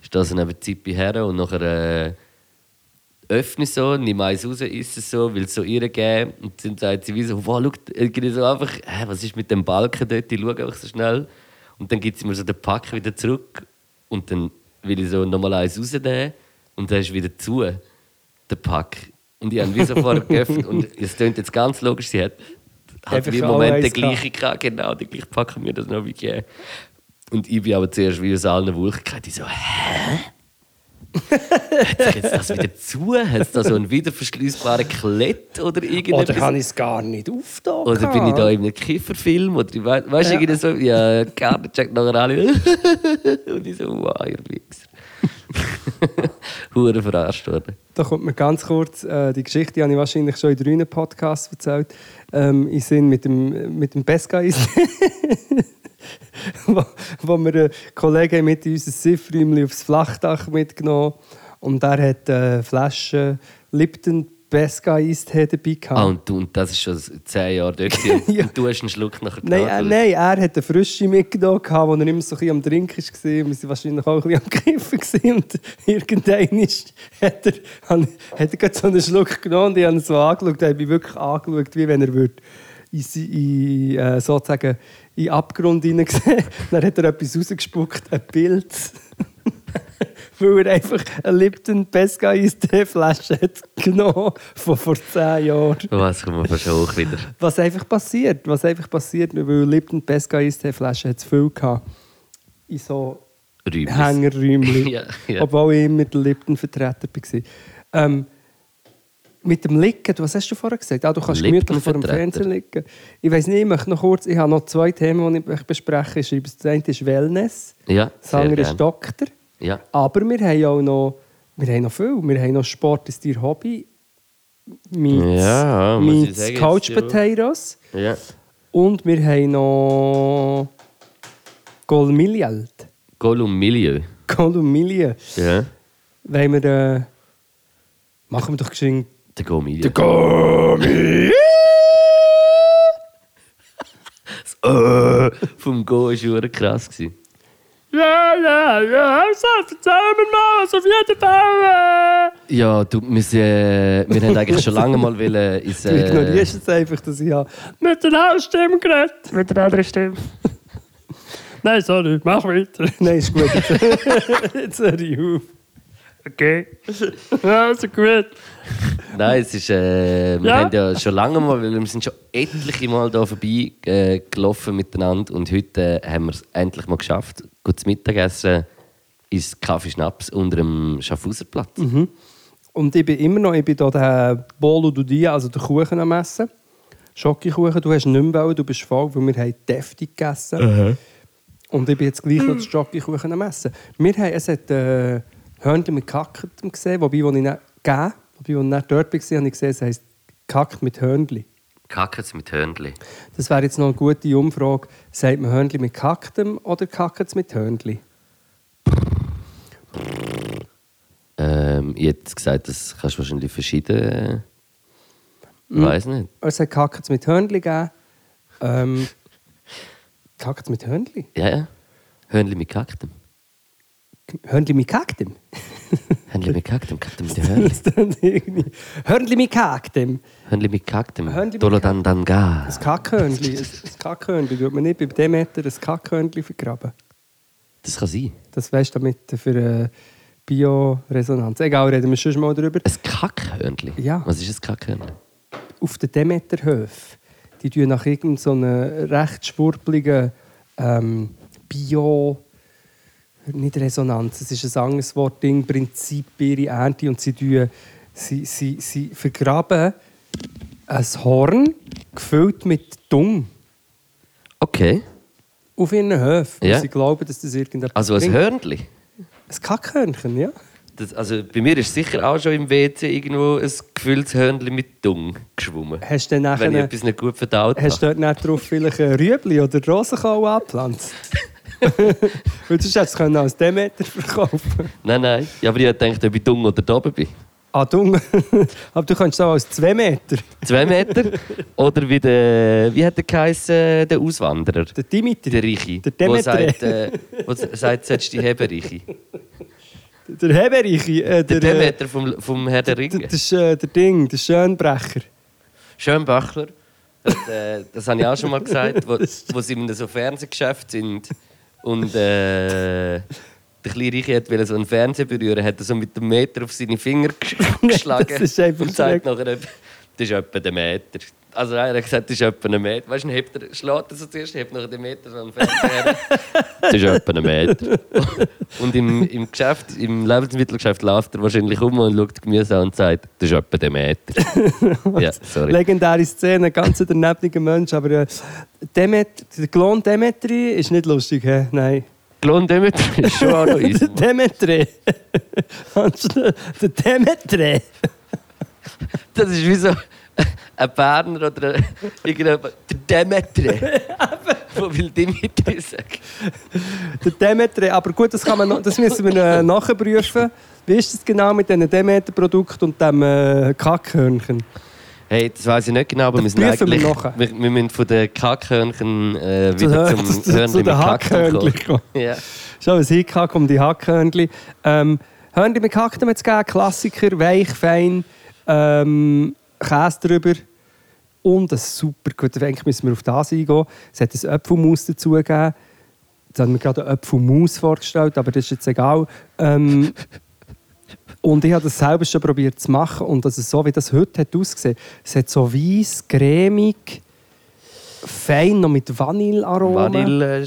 Speaker 2: Ich stehe so neben Zippi her und nachher... Äh, öffne ich so, nehme eins raus, esse es so, will es so ihr geben. Und dann sagt sie wie so, wow, schau, irgendwie so einfach, hä, was ist mit dem Balken dort? Ich schaue einfach so schnell. Und dann gibt sie mir so den Pack wieder zurück. Und dann will ich so nochmal eins rausnehmen. Und dann ist wieder zu, der Pack. Und ich habe wie so vorher geöffnet. Und es klingt jetzt ganz logisch, sie hat, hat
Speaker 3: Einfach
Speaker 2: wie im
Speaker 3: alle
Speaker 2: Moment den
Speaker 3: eins gehabt.
Speaker 2: gleichen gehabt, genau, den gleichen Pack hat mir das noch wie gegeben. Und ich bin aber zuerst wie aus allen Wulchigkeiten ich so, Hat jetzt das wieder zu? Hat es da so einen wiederverschließbaren Klett oder irgendetwas?
Speaker 3: Oder kann ich es gar nicht aufgetan?
Speaker 2: Oder bin ich da in einem Kifferfilm? Oder ich weiß, weißt du,
Speaker 3: Ja.
Speaker 2: irgendwie so, ja, gar nicht, checkt nachher alle. [laughs] Und ich so, wow, ihr Wichser. [laughs] Hure verarscht worden.
Speaker 3: Da kommt mir ganz kurz, äh, die Geschichte die habe ich wahrscheinlich schon in drei Podcasts erzählt, ähm, in Sinn mit dem, mit dem Pescais. [laughs] wo, wo mir ein Kollege mit in unser Siffräumchen aufs Flachdach mitgenommen und er hat äh, Flaschen Lipton Pescais Tee dabei gehabt.
Speaker 2: Ah, und, du, und das ist schon zehn Jahre dort. gewesen.
Speaker 3: [laughs] Ja.
Speaker 2: Und du hast einen Schluck nachher
Speaker 3: Nein,
Speaker 2: gehabt,
Speaker 3: er,
Speaker 2: oder?
Speaker 3: nein, er hat eine frische mitgenommen, gehabt, wo er immer so ein bisschen am Trinken war. Wir waren wahrscheinlich auch ein bisschen am Kiffen. gewesen. Und irgendwann ist, hat er, hat er gerade so einen Schluck genommen und ich habe ihn so angeschaut. Er hat mich wirklich angeschaut, wie wenn er würde in, sie- in, äh, sozusagen in den Abgrund hineingesehen. [laughs] Dann hat er etwas rausgespuckt, ein Pilz. [laughs] Weil er einfach eine Lipton Pesca-Eis-Teeflasche hat genommen von vor zehn Jahren.
Speaker 2: Was kommen wir schon hoch
Speaker 3: [laughs]
Speaker 2: wieder?
Speaker 3: Was einfach passiert, was einfach passiert, weil Lipton Pesca Eistee-Flaschen hat es viel gehabt. In so
Speaker 2: Räumnis.
Speaker 3: Hängerräumchen.
Speaker 2: [laughs] Ja, ja.
Speaker 3: Obwohl ich immer mit Lipton Vertreter war. Ähm, mit dem Licken, was hast du vorher gesagt? Ah, du kannst gemütlich vor dem
Speaker 2: Lipton-Vertreter.
Speaker 3: Fernseher liegen. Ich weiß nicht, ich möchte noch kurz, ich habe noch zwei Themen, die ich besprechen möchte. Das eine ist Wellness,
Speaker 2: Ja,
Speaker 3: das andere
Speaker 2: sehr
Speaker 3: ist
Speaker 2: gern.
Speaker 3: Doktor.
Speaker 2: Ja.
Speaker 3: Aber wir haben ja auch noch, wir haben noch viel. Wir haben noch Sport ist dein Hobby. Meets,
Speaker 2: Ja, muss ich sagen,
Speaker 3: meets
Speaker 2: jetzt
Speaker 3: Couch
Speaker 2: ja.
Speaker 3: Potatoes.
Speaker 2: ja.
Speaker 3: Und wir haben noch Golmilield.
Speaker 2: Gollum Milieu.
Speaker 3: Golmilie.
Speaker 2: Ja.
Speaker 3: Wollen wir. Äh, machen wir doch geschwind.
Speaker 2: Der Gomilie.
Speaker 3: Golmilield!
Speaker 2: Äh, vom Go war schon krass. Gewesen.
Speaker 3: Ja, ja, ja, erzähl mir mal, was auf jeden Fall.
Speaker 2: Ja, du, wir, sind, äh, wir haben eigentlich schon lange mal wollen ins,
Speaker 3: Du
Speaker 2: äh,
Speaker 3: ignorierst jetzt einfach, dass ich ja mit der anderen Stimme geredet Mit der anderen [laughs] Stimme.
Speaker 4: Nein, sorry, mach weiter.
Speaker 3: [laughs] Nein, ist gut. Jetzt, jetzt höre ich auf. Okay. ja, so gut.
Speaker 2: Nein, es ist, äh, wir
Speaker 3: Ja?
Speaker 2: haben ja schon lange mal, weil wir sind schon etliche Mal hier vorbei äh, gelaufen miteinander und heute äh, haben wir es endlich mal geschafft. Gutes Mittagessen ist Kaffee Schnaps unter dem Schaffhauserplatz.
Speaker 3: Und ich bin immer noch, ich bin da den Bolo du Dia, also den Kuchen am Essen. Schokokuchen, du hast nicht mehr wollen, du bist faul, weil wir haben deftig gegessen. Und ich bin jetzt gleich noch den Schokokuchen am Essen. Wir haben, es hat äh, Hörnchen mit Kackertem gesehen, wobei, wo ich nicht gegeben wobei, wo ich nicht dort war, habe ich gesehen, es heisst Kackt mit Hörnchen.
Speaker 2: Kackens mit Hörnli.
Speaker 3: Das wäre jetzt noch eine gute Umfrage. Sagt man Hörnchen mit Kaktem oder Kackert mit Hörnchen?
Speaker 2: Ähm, ich hätte gesagt, das kannst du wahrscheinlich verschieden. Äh, Weiß nicht.
Speaker 3: Es hat Kackert mit Hörnchen gegeben. Ähm, Kackert mit Hörnchen?
Speaker 2: Ja, ja. Hörnli mit Kaktem.
Speaker 3: Hörnli mit Kaktem?
Speaker 2: Hörnli mit Kaktem, Kaktem mit
Speaker 3: [laughs]
Speaker 2: Hörnli.
Speaker 3: Das dann irgendwie. Hörnli mit Kaktem.
Speaker 2: Hörnli mit Kaktem.
Speaker 3: Hörnli mit
Speaker 2: Dolodan Danga.
Speaker 3: Ein Kackhörnli. Ein ein Kackhörnli. Tut man nicht bei dem Meter ein Kackhörnli vergraben.
Speaker 2: Das kann sein.
Speaker 3: Das weißt du damit für äh, Bioresonanz. Egal, reden wir schon mal darüber.
Speaker 2: Ein Kackhörnli?
Speaker 3: Ja.
Speaker 2: Was ist ein Kackhörnli?
Speaker 3: auf den Demeterhöfen, die tun nach irgendeinem so einem recht schwurbligen ähm, Bio, nicht Resonanz, es ist ein anderes Wort, Ding, Prinzip ihre Ernte und sie, tun, sie, sie, sie vergraben ein Horn gefüllt mit Dung
Speaker 2: Okay.
Speaker 3: auf ihren Höfen.
Speaker 2: Ja.
Speaker 3: Und sie glauben, dass das irgendetwas
Speaker 2: Also ein
Speaker 3: bringt.
Speaker 2: Hörnli?
Speaker 3: Ein Kackhörnchen, ja.
Speaker 2: Das, also bei mir ist sicher auch schon im WC irgendwo ein gefülltes Hörnli mit Dung geschwommen.
Speaker 3: Hast du dann nachher...
Speaker 2: Wenn ich etwas nicht gut verdaut
Speaker 3: Hast
Speaker 2: habe.
Speaker 3: du dort nicht drauf vielleicht ein Rüebli oder Rosenkohl
Speaker 2: [laughs]
Speaker 3: angepflanzt? Weil sonst hättest du es als Demeter verkaufen können.
Speaker 2: Nein, nein. Ja, aber ich habe gedacht, ob ich Dung oder da oben bin.
Speaker 3: Ah, dumm. [laughs] Aber du kannst es auch als 2 Meter.
Speaker 2: Zwei Meter.
Speaker 3: [laughs]
Speaker 2: oder wie der, wie hat der geheißen, der Auswanderer?
Speaker 3: Der Dimitri,
Speaker 2: Der Reiche. wo
Speaker 3: Der Demeter.
Speaker 2: sagt, äh, wo sagt, sollst du die heben, Reiche?
Speaker 3: der Heberichi. Äh,
Speaker 2: Der
Speaker 3: der, äh,
Speaker 2: Demeter vom, vom Herr der
Speaker 3: d-
Speaker 2: Ringe.
Speaker 3: Das ist äh, der Ding, der Schönbrecher.
Speaker 2: Schönbachler. Das, äh, das habe ich auch schon mal gesagt, wo, wo sie in so Fernsehgeschäft sind und äh, der kleine Reiche hat wollte so einen Fernseher berühren, hat er so mit dem Meter auf seine Finger gesch- geschlagen
Speaker 3: [laughs] das ist einfach
Speaker 2: und sagt
Speaker 3: schräg.
Speaker 2: nachher, ob- das ist etwa der Meter. Also er hat gesagt, das ist etwa ein Meter. Weißt du, dann hebt er, schlägt er so zuerst, hebt nachher den Meter so einen Fernseher her. Das ist etwa ein Meter. Und im, im Geschäft, im Lebensmittelgeschäft läuft er wahrscheinlich um und schaut Gemüse an und sagt, das ist etwa der Meter.
Speaker 3: [laughs]
Speaker 2: ja, sorry.
Speaker 3: Legendäre Szene,
Speaker 2: [laughs]
Speaker 3: ganz ein daneben Mensch. Aber äh, Demet, der Klon Demetri ist nicht lustig, hä? Nein.
Speaker 2: Klon Demeter ist schon auch noch eins.
Speaker 3: [laughs] der Demetri. Anstatt- der Demetri.
Speaker 2: [laughs] Das ist wie so ein Berner oder ein- irgendjemand. Der
Speaker 3: [laughs]
Speaker 2: Demeter. Wo will Dimitri sagen?
Speaker 3: Der Demeter, aber gut, das, kann man, noch- das müssen wir äh, nachprüfen. Wie ist es genau mit diesen Demeter-Produkten und dem äh, Kackhörnchen?
Speaker 2: Hey, das weiß ich nicht genau, aber wir
Speaker 3: Das
Speaker 2: sind
Speaker 3: prüfen wir
Speaker 2: eigentlich...
Speaker 3: nachher.
Speaker 2: wir, wir müssen von den Kackhörnchen äh, wieder
Speaker 3: Zu-
Speaker 2: zum
Speaker 3: [laughs] zu- zu-
Speaker 2: Hörnchen
Speaker 3: zu
Speaker 2: mit
Speaker 3: den
Speaker 2: Kaktum kommen.
Speaker 3: Hackhörnchen kommen.
Speaker 2: Ja.
Speaker 3: Schon ein Hickhack um die Hackhörnchen. Ähm, Hörnchen mit Kaktum hat gegeben, Klassiker, weich, fein, ähm, Käse drüber und ein super gut. Eigentlich müssen wir auf das eingehen. Es hat ein Apfelmus dazu gegeben. Jetzt haben wir gerade einen Apfelmus vorgestellt, aber das ist jetzt egal. Ähm, [laughs] und ich habe das selber schon probiert zu machen und das ist so, wie das heute hat ausgesehen. Es hat so weiß, cremig, fein, noch mit Vanillearoma.
Speaker 2: Vanille,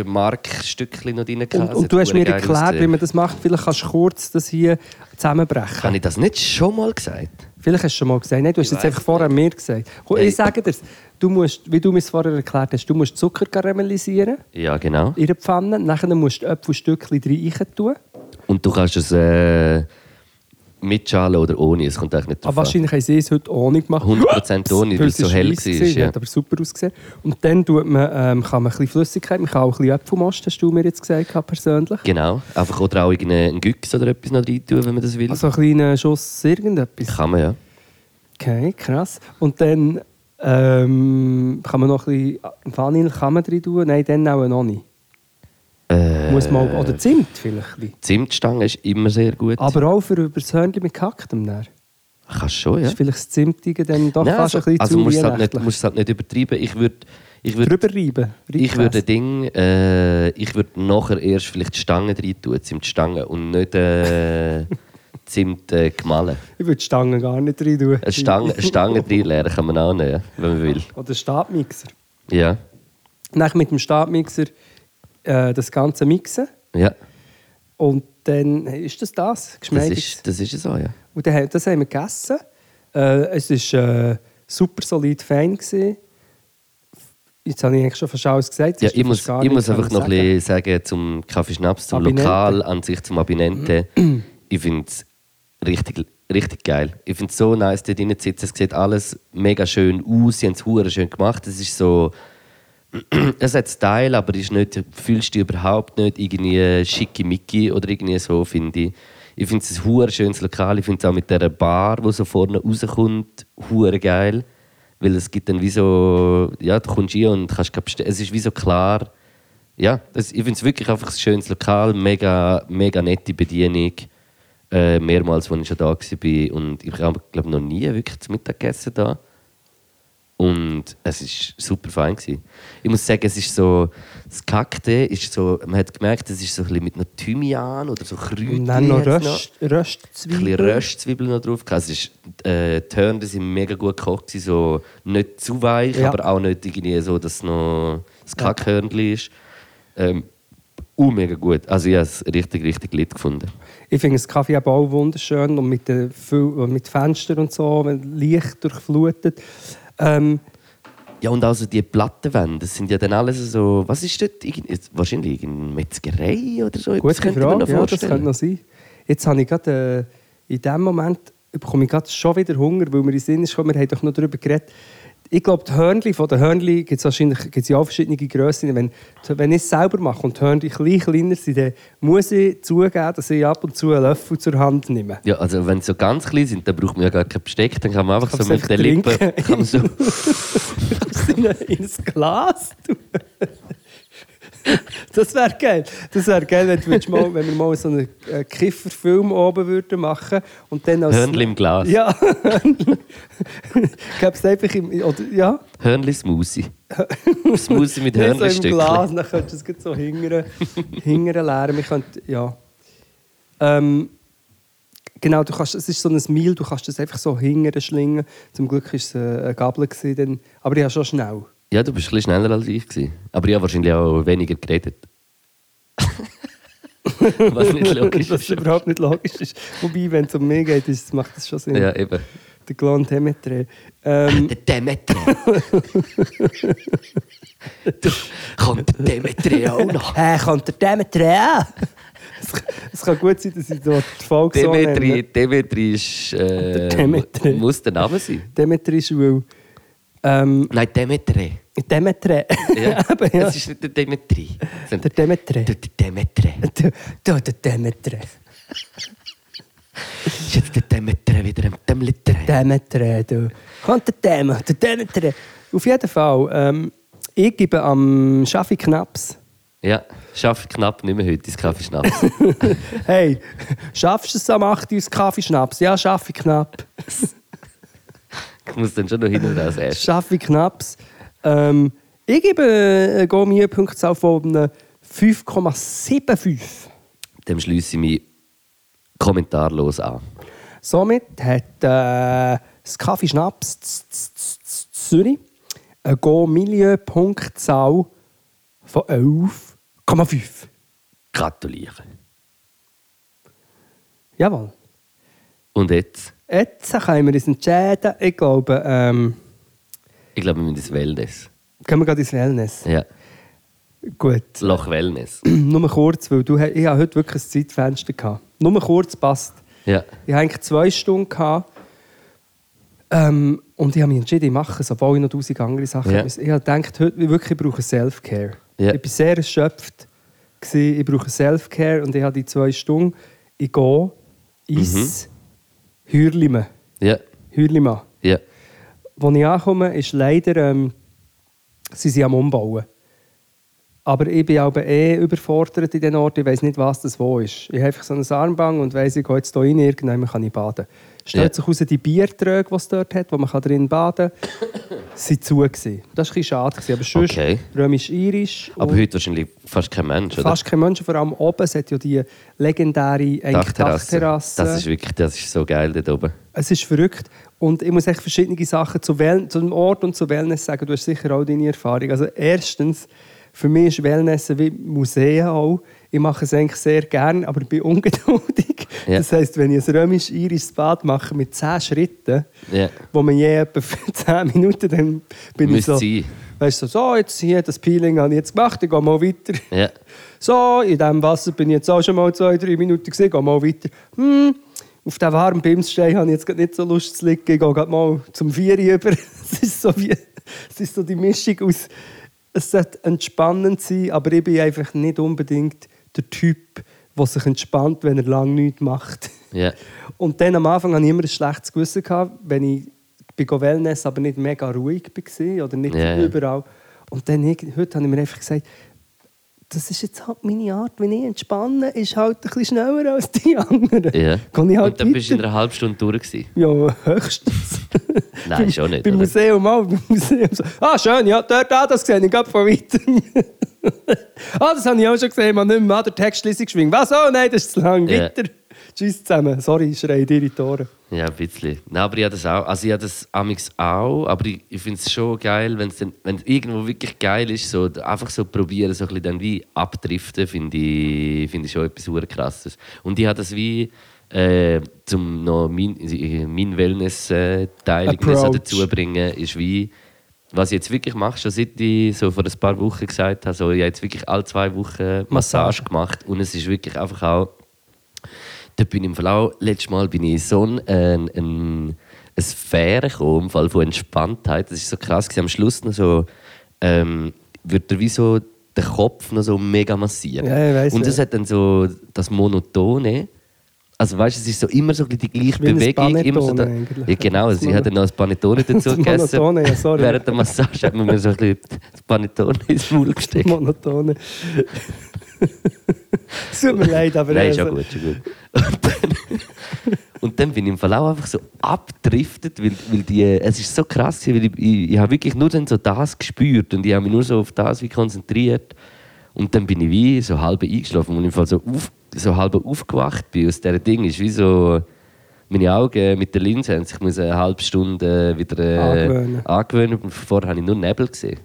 Speaker 2: äh, Markstückchen noch drin.
Speaker 3: Und, und du hast mir erklärt, wie man das macht. Vielleicht kannst du kurz das hier zusammenbrechen.
Speaker 2: Habe ich das nicht schon mal gesagt?
Speaker 3: Vielleicht hast du schon mal gesagt. Nein, du hast
Speaker 2: Ich
Speaker 3: jetzt
Speaker 2: weiss
Speaker 3: einfach vorher mir gesagt. Komm,
Speaker 2: Hey.
Speaker 3: Ich sage dir, du musst, wie du mir es vorher erklärt hast, du musst Zucker karamellisieren
Speaker 2: Ja, genau.
Speaker 3: in der Pfanne. Nachher musst du Äpfelstückchen rein tun.
Speaker 2: Und du kannst es äh, mit Schale oder ohne, es kommt eigentlich nicht
Speaker 3: Aber
Speaker 2: drauf an.
Speaker 3: wahrscheinlich haben sie es heute ohne gemacht.
Speaker 2: 100% ohne, weil es so hell
Speaker 3: weiss
Speaker 2: war,
Speaker 3: gewesen,
Speaker 2: ja.
Speaker 3: Hat aber super ausgesehen. Und dann tut man, ähm, kann man ein bisschen Flüssigkeit, man kann auch ein bisschen Äpfelmost, hast du mir jetzt gesagt, gehabt, persönlich.
Speaker 2: Genau, einfach oder auch irgendeinen Güchs oder etwas noch rein tun, wenn man das will.
Speaker 3: Also einen kleinen Schuss irgendetwas.
Speaker 2: Kann man ja.
Speaker 3: Okay, krass. Und dann ähm, kann man noch ein bisschen Vanille kann man rein tun? Nein, dann auch noch nicht.
Speaker 2: Äh,
Speaker 3: Muss man, oder Zimt vielleicht. ein bisschen.
Speaker 2: Zimtstange ist immer sehr gut.
Speaker 3: Aber auch für über das Hörnchen mit Kaktum. dann.
Speaker 2: Kannst schon, ja.
Speaker 3: Ist vielleicht das Zimtige dann doch
Speaker 2: Nein,
Speaker 3: fast
Speaker 2: also
Speaker 3: ein bisschen
Speaker 2: also
Speaker 3: zu
Speaker 2: musst du es halt nicht,
Speaker 3: weihnachtlich.
Speaker 2: musst es halt nicht übertreiben. Ich würde Ich würde
Speaker 3: Drüber reiben.
Speaker 2: Ich würde
Speaker 3: Reibkäse.
Speaker 2: Ding, äh, ich würde nachher erst vielleicht die Stangen rein tun, Zimt Stangen und nicht
Speaker 3: [laughs]
Speaker 2: äh, Zimt äh, gemahlen.
Speaker 3: ich würde die Stangen gar nicht rein tun.
Speaker 2: Eine Stange, eine Stange drin leeren kann man annehmen, wenn man will.
Speaker 3: Oder Stabmixer.
Speaker 2: Ja,
Speaker 3: Dann mit dem Stabmixer äh, das Ganze mixen.
Speaker 2: ja.
Speaker 3: Und dann ist das das.
Speaker 2: Das
Speaker 3: Geschmeidig.
Speaker 2: ist, das ist so, ja.
Speaker 3: Und dann, haben- das haben wir gegessen. Äh, es war äh, super solid fein. Gewesen. Jetzt habe ich eigentlich schon fast alles gesagt.
Speaker 2: ja
Speaker 3: Sonst
Speaker 2: ich
Speaker 3: darf
Speaker 2: muss,
Speaker 3: gar
Speaker 2: ich
Speaker 3: nichts
Speaker 2: muss einfach
Speaker 3: sagen.
Speaker 2: noch ein bisschen sagen zum Kaffeeschnaps, zum
Speaker 3: Abinente.
Speaker 2: Lokal an sich, zum Abinente. ich finde es richtig, richtig geil. Ich finde es so nice, dort drin zu sitzen. Es sieht alles mega schön aus. Sie haben es hure schön gemacht. Es ist so... [clears throat] es hat Style, aber ist nicht, fühlst du dich überhaupt nicht irgendwie schicke Mickey oder irgendwie so, finde ich. Ich finde es ein hure schönes Lokal. Ich finde es auch mit dieser Bar, die so vorne rauskommt, hure geil. Weil es gibt dann wie so, ja, du kommst hier und kannst bestellen. Es ist wie so klar. Ja, das, ich finde es wirklich einfach ein schönes Lokal, mega, mega nette Bedienung. Äh, mehrmals, als ich schon da war. Und ich habe, glaube noch nie wirklich zu Mittag gegessen da. Und es war super fein. Gewesen. Ich muss sagen, es ist so. Das Kackte ist so. Man hat gemerkt, es ist so ein bisschen mit noch Thymian oder so Kräutchen.
Speaker 3: Und dann noch
Speaker 2: hat's Ein
Speaker 3: Röst,
Speaker 2: bisschen
Speaker 3: Röstzwiebeln.
Speaker 2: Röstzwiebeln noch drauf. gehabt. Es ist, äh, die Hörner sind mega gut gekocht. gewesen, So nicht zu weich,
Speaker 3: Ja.
Speaker 2: aber auch nicht irgendwie so, dass es noch das Kackhörnchen ist. Ähm, uh, mega gut. Also ich habe es richtig, richtig lit gefunden.
Speaker 3: Ich finde das Kaffee eben auch wunderschön und mit, den Fü- und mit Fenstern und so, wenn Licht durchflutet. Ähm,
Speaker 2: Ja, und also die Plattenwände, das sind ja dann alles so. Was ist das? Irgend, wahrscheinlich irgendeine Metzgerei oder so.
Speaker 3: gute
Speaker 2: das könnte
Speaker 3: Frage,
Speaker 2: man noch
Speaker 3: ja, das
Speaker 2: vorstellen.
Speaker 3: könnte noch sein. Jetzt habe ich gerade, äh, in dem Moment bekomme ich gerade schon wieder Hunger, weil mir in den Sinn ist, gekommen, wir haben doch noch darüber geredet. Ich glaube, die Hörnli, von den Hörnli gibt es wahrscheinlich gibt's ja auch verschiedene Grössen. Wenn, wenn ich es selber mache und die Hörnli klein, kleiner sind, dann muss ich zugeben, dass ich ab und zu einen Löffel zur Hand nehme.
Speaker 2: ja, also wenn sie so ganz klein sind, dann braucht man ja gar kein Besteck, dann kann man einfach
Speaker 3: Kannst
Speaker 2: so mit
Speaker 3: einfach
Speaker 2: den Lippen. [laughs]
Speaker 3: trinken.
Speaker 2: Kann man
Speaker 3: [laughs]
Speaker 2: so,
Speaker 3: Das in [laughs] ins Glas tun. Das wäre geil. Das wäre geil, wenn, du würdest mal, wenn wir mal so einen äh, Kifferfilm oben würden machen und dann als
Speaker 2: Hörnli im Glas.
Speaker 3: Ja, gäbe es einfach im. Oder, ja,
Speaker 2: Hörnli
Speaker 3: [laughs]
Speaker 2: Smoothie. Smoothie mit
Speaker 3: nicht so im Glas,
Speaker 2: Hörnli-Stückchen.
Speaker 3: dann könntest du es gleich so hingern, hingern leeren. Wir könnten, ja. Ähm, genau, du kannst, es ist so ein Meal, du kannst es einfach so hingern schlingen. Zum Glück war es äh, eine Gabel, gewesen, dann, aber ich habe schon schnell.
Speaker 2: Ja, du bist ein bisschen schneller als ich. Gewesen. Aber ich habe wahrscheinlich auch weniger
Speaker 3: [laughs]
Speaker 2: geredet. Was nicht
Speaker 3: [laughs]
Speaker 2: logisch
Speaker 3: Was
Speaker 2: ist.
Speaker 3: überhaupt nicht logisch ist. Wobei, wenn es um mich geht, ist, macht das schon Sinn.
Speaker 2: Ja, eben.
Speaker 3: Der Clan Demetre. Ähm,
Speaker 2: Der Demeter. du, kommt der Demeter auch noch.
Speaker 3: hey, kommt der Demetre an? [laughs] es, es kann gut sein, dass ich so die Folge [laughs] so
Speaker 2: Demetri,
Speaker 3: nenne.
Speaker 2: Demetri ist. Äh,
Speaker 3: Der Demetri.
Speaker 2: mu- Muss der Name sein?
Speaker 3: Demetre ist wohl... Ähm,
Speaker 2: Nein, Demetri.
Speaker 3: Demetre. [laughs]
Speaker 2: Ja.
Speaker 3: Eben, ja.
Speaker 2: Es ist nicht der Demetri.
Speaker 3: Der Demetre.
Speaker 2: Der Demetri.
Speaker 3: Du, du, der Demetre.
Speaker 2: Ist jetzt der Demetri wieder im Demetri?
Speaker 3: Demetre, du. Kommt der Demetre, der Demetre. Auf jeden Fall, ähm, ich gebe am Schaffi Knaps...
Speaker 2: Ja, schaffe ich knapp nicht mehr heute, dein Kaffeeschnaps.
Speaker 3: [laughs] Hey, schaffst du es am 8 Uhr uns Kaffeeschnaps? Ja, schaffe ich knapp.
Speaker 2: ich muss dann schon noch hin und her essen.
Speaker 3: Schaffe ich knaps. Ähm, ich gebe äh, Gourmet-Punktzahl von einem 5,75.
Speaker 2: Dann schließe ich mich kommentarlos an.
Speaker 3: Somit hat äh, das Kaffeeschnaps Z- Z- Z- Z- Zürich eine Gourmet-Punktzahl von 11,5.
Speaker 2: Gratuliere.
Speaker 3: Jawohl.
Speaker 2: Und jetzt?
Speaker 3: Jetzt können wir uns entscheiden. Ich glaube, ähm,
Speaker 2: Ich glaube, wir müssen ins Wellness.
Speaker 3: gehen wir gerade ins Wellness.
Speaker 2: Ja,
Speaker 3: Gut. [clears throat]
Speaker 2: Loch Wellness.
Speaker 3: Nur kurz, weil du, ich habe heute wirklich ein Zeitfenster gehabt. Nur kurz passt.
Speaker 2: Ja.
Speaker 3: Ich hatte eigentlich zwei Stunden gehabt, ähm, und ich habe mich entschieden, ich mache es, obwohl ich noch tausend andere Sachen
Speaker 2: Ja.
Speaker 3: yeah. Ich habe gedacht, heute ich wirklich, ich brauche Self-Care.
Speaker 2: Ja.
Speaker 3: Ich war sehr erschöpft, gewesen, ich brauche Self-Care und ich habe die zwei Stunden, ich gehe, ins
Speaker 2: Mhm.
Speaker 3: Hürlimann.
Speaker 2: Ja.
Speaker 3: Hürlimann.
Speaker 2: Ja.
Speaker 3: Als ich ankomme, ist leider, ähm, sie sind am Umbauen. Aber ich bin aber eh überfordert in den Ort. Ich weiß nicht, was das wo ist. Ich habe einfach so ein Armband und weiss, ich gehe jetzt hier rein, irgendwann kann ich baden. Stellt
Speaker 2: Ja.
Speaker 3: sich raus, die Biertröge, die es dort hat, wo man kann drin baden kann. sind zu. Gewesen. Das war ein bisschen schade, gewesen, aber sonst
Speaker 2: Okay.
Speaker 3: römisch-irisch.
Speaker 2: Aber
Speaker 3: und
Speaker 2: heute wahrscheinlich fast kein Mensch, oder?
Speaker 3: Oh. Fast kein Mensch, vor allem oben, es hat ja die legendäre eigentlich Dachterrasse.
Speaker 2: Das ist wirklich das ist so geil dort oben.
Speaker 3: Es ist verrückt. Und ich muss echt verschiedene Sachen zu, Wel zu dem Ort und zu Wellness sagen. Du hast sicher auch deine Erfahrung. Also erstens, für mich ist Wellness wie Museen auch. Ich mache es eigentlich sehr gern, aber ich bin [laughs] ungeduldig.
Speaker 2: Ja.
Speaker 3: Das heisst, wenn ich ein römisch-irisches Bad mache mit 10 Schritten,
Speaker 2: Ja.
Speaker 3: wo man je etwa für [laughs] 10 Minuten, dann bin
Speaker 2: Müsste
Speaker 3: ich
Speaker 2: sein.
Speaker 3: so... Weißt du, so, jetzt hier, das Peeling habe ich jetzt gemacht, ich gehe mal weiter.
Speaker 2: Ja.
Speaker 3: So, in diesem Wasser bin ich jetzt auch schon mal zwei, drei Minuten gesehen, gehe mal weiter. Hm, auf diesem warmen Bimsstein habe ich jetzt gerade nicht so Lust zu liegen, ich gehe gerade mal zum Vieri über. [laughs] Es ist so wie, es ist so die Mischung aus, es sollte entspannend sein, aber ich bin einfach nicht unbedingt der Typ, der sich entspannt, wenn er lange nichts macht.
Speaker 2: Ja.
Speaker 3: Und dann am Anfang hatte ich immer ein schlechtes Gewissen, gehabt, wenn ich bei Wellness aber nicht mega ruhig war oder nicht
Speaker 2: Ja, ja.
Speaker 3: überall. Und dann, irgend- heute habe ich mir einfach gesagt, das ist jetzt halt meine Art, wenn ich entspanne, ist halt ein bisschen schneller als die anderen.
Speaker 2: ja.
Speaker 3: Gehe ich halt
Speaker 2: Und dann bist du in
Speaker 3: weiter.
Speaker 2: einer halben Stunde durch. Gewesen.
Speaker 3: Ja, höchstens.
Speaker 2: Nein,
Speaker 3: Beim-
Speaker 2: schon nicht,
Speaker 3: Beim
Speaker 2: oder?
Speaker 3: Museum auch. Beim Museum so. Ah, schön, ja, dort, ah, das sehe ich gerade von weitem. [laughs] ah, das habe ich auch schon gesehen, man nicht mehr. Ah, der Text schließlich geschwingt. Was? Oh nein, das ist zu lang.
Speaker 2: Ja.
Speaker 3: Weiter. Tschüss zusammen. Sorry, ich schreie dir in die Ohren.
Speaker 2: Ja, ein bisschen. Nein, aber ich habe das auch. Also ich habe das Amix auch, aber ich, ich finde es schon geil, wenn es dann- wenn es irgendwo wirklich geil ist, so, einfach so probieren, so ein bisschen dann wie abdriften, finde ich, finde ich schon etwas super krasses. Und ich habe das wie äh, zum noch mein, äh, mein Wellness-Teil irgendwie so
Speaker 3: Approach.
Speaker 2: dazu bringen, ist wie, was ich jetzt wirklich mache, schon seit ich so vor ein paar Wochen gesagt habe, so, ich habe jetzt wirklich alle zwei Wochen Massage gemacht und es ist wirklich einfach auch da bin ich im Verlauf, letztes Mal bin ich in so ein, ein, ein, eine Sphäre gekommen, im Fall von Entspanntheit. Das ist so krass. gewesen. Am Schluss noch so, ähm, wird er wie so der Kopf noch so mega massiert.
Speaker 3: Ja, ich weiss,
Speaker 2: Und das
Speaker 3: ja.
Speaker 2: hat dann so das Monotone. Also weißt, du, es ist so immer so die gleiche
Speaker 3: Wie ein
Speaker 2: Bewegung. Immer so
Speaker 3: Panettone
Speaker 2: da,
Speaker 3: eigentlich.
Speaker 2: ja, genau,
Speaker 3: Das
Speaker 2: sie hat dann noch ein Panettone dazu
Speaker 3: [laughs] Das
Speaker 2: gegessen.
Speaker 3: Monotone, ja, sorry.
Speaker 2: Während der Massage hat man mir so ein bisschen das Panettone ins Maul gesteckt.
Speaker 3: Monotone. [laughs] Es tut mir leid, aber
Speaker 2: Nein, ist ja
Speaker 3: also,
Speaker 2: gut, schon gut. [laughs] Und dann, und dann bin ich im Verlauf einfach so abgedriftet, weil, weil die, es ist so krass, gewesen, weil ich, ich, ich habe wirklich nur dann so das gespürt und ich habe mich nur so auf das wie konzentriert. Und dann bin ich wie so halb eingeschlafen und im Fall so, auf, so halb aufgewacht bin aus diesem Ding. Ist wie so, meine Augen mit der Linse haben sich müssen eine halbe Stunde äh, wieder äh,
Speaker 3: Angewöhnen.
Speaker 2: angewöhnen. Und Vorher habe ich nur Nebel gesehen.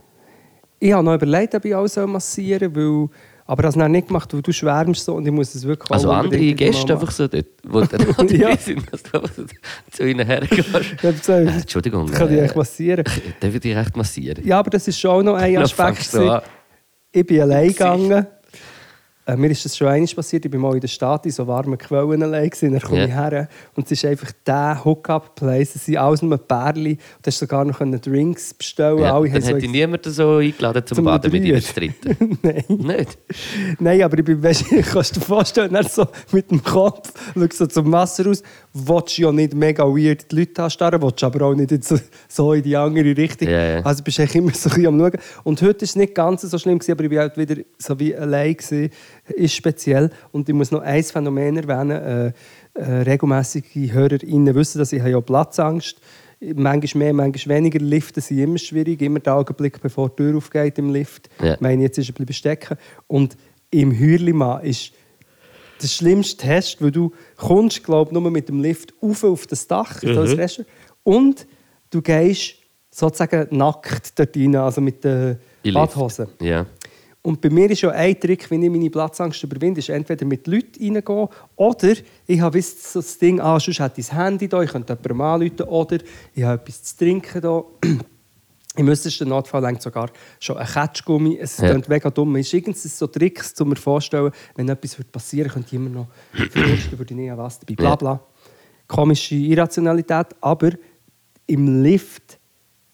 Speaker 3: ich habe noch überlegt, ob ich auch so massieren soll, weil, aber das habe ich nicht gemacht, weil du schwärmst so und ich muss es wirklich
Speaker 2: Also
Speaker 3: auch
Speaker 2: andere
Speaker 3: unbedingt
Speaker 2: Gäste
Speaker 3: mal
Speaker 2: einfach so dort, wo
Speaker 3: [laughs]
Speaker 2: dann auch dabei
Speaker 3: Ja.
Speaker 2: sind, dass du einfach so zu ihnen hergehst.
Speaker 3: Ich hab gesagt,
Speaker 2: Äh, Entschuldigung.
Speaker 3: machen. Ich kann dich
Speaker 2: äh,
Speaker 3: echt massieren.
Speaker 2: Darf ich dich echt massieren?
Speaker 3: Ja, aber das ist schon auch
Speaker 2: [laughs]
Speaker 3: noch ein
Speaker 2: Dann
Speaker 3: Aspekt.
Speaker 2: fängst du so
Speaker 3: gewesen.
Speaker 2: an.
Speaker 3: ich bin allein
Speaker 2: Gesicht.
Speaker 3: gegangen. Äh, mir ist das schon einmal passiert. Ich war mal in der Stadt in so warmen Quellen allein. Gewesen. Dann komme ich
Speaker 2: Ja.
Speaker 3: her und es ist einfach der Hookup-Place. Es sind alles nur Pärchen. Du hast sogar noch können Drinks bestellen
Speaker 2: Ja,
Speaker 3: Oh, Alle haben
Speaker 2: dann
Speaker 3: so
Speaker 2: hätte ich niemanden so eingeladen zum,
Speaker 3: Zum
Speaker 2: Baden mit ihnen
Speaker 3: Moderieren.
Speaker 2: zu dritten.
Speaker 3: [laughs] Nein.
Speaker 2: [laughs] Nicht?
Speaker 3: Nein, aber ich bin, weißt du, [laughs] kannst du dir vorstellen, er so mit dem Kopf schaut so zum Wasser aus, willst ja nicht mega weird die Leute anstarren, willst aber auch nicht jetzt so, so in die andere Richtung.
Speaker 2: Ja, ja.
Speaker 3: Also bist du eigentlich immer so ein bisschen am Schauen. Und heute war es nicht ganz so schlimm, gewesen, aber ich war halt wieder so wie allein, gewesen. ist speziell. Und ich muss noch ein Phänomen erwähnen, äh, äh, regelmässige HörerInnen wissen, dass ich habe ja Platzangst Manchmal mehr, manchmal weniger. Liften sind immer schwierig. Immer der Augenblick, bevor die Tür aufgeht im Lift.
Speaker 2: Ja.
Speaker 3: Mein meine, jetzt ist ein bisschen bestecken. Und im Hürlimann ist der schlimmste Test, weil du kommst, glaube ich, nur mit dem Lift auf auf das Dach, auf das Restaurant, und du gehst sozusagen nackt dort rein, also mit den
Speaker 2: In Lift.
Speaker 3: Badhosen.
Speaker 2: Ja.
Speaker 3: Und bei mir ist ja ein Trick, wenn ich meine Platzangst überwinde, ist entweder mit Leuten reingehen oder ich habe wisst, so das Ding, ah, sonst hätte ich das Handy da, ich könnte jemandem anrufen oder ich habe etwas zu trinken da. [clears throat] Im äußersten Notfall längt sogar schon ein Ketschgummi. Es
Speaker 2: Ja.
Speaker 3: klingt mega dumm. Es ist irgendwas so Tricks, um mir vorstellen, wenn etwas würde passieren würde, könnte ich immer noch verursten, würde ich nicht an was dabei. Bla
Speaker 2: Ja.
Speaker 3: bla. Komische Irrationalität, aber im Lift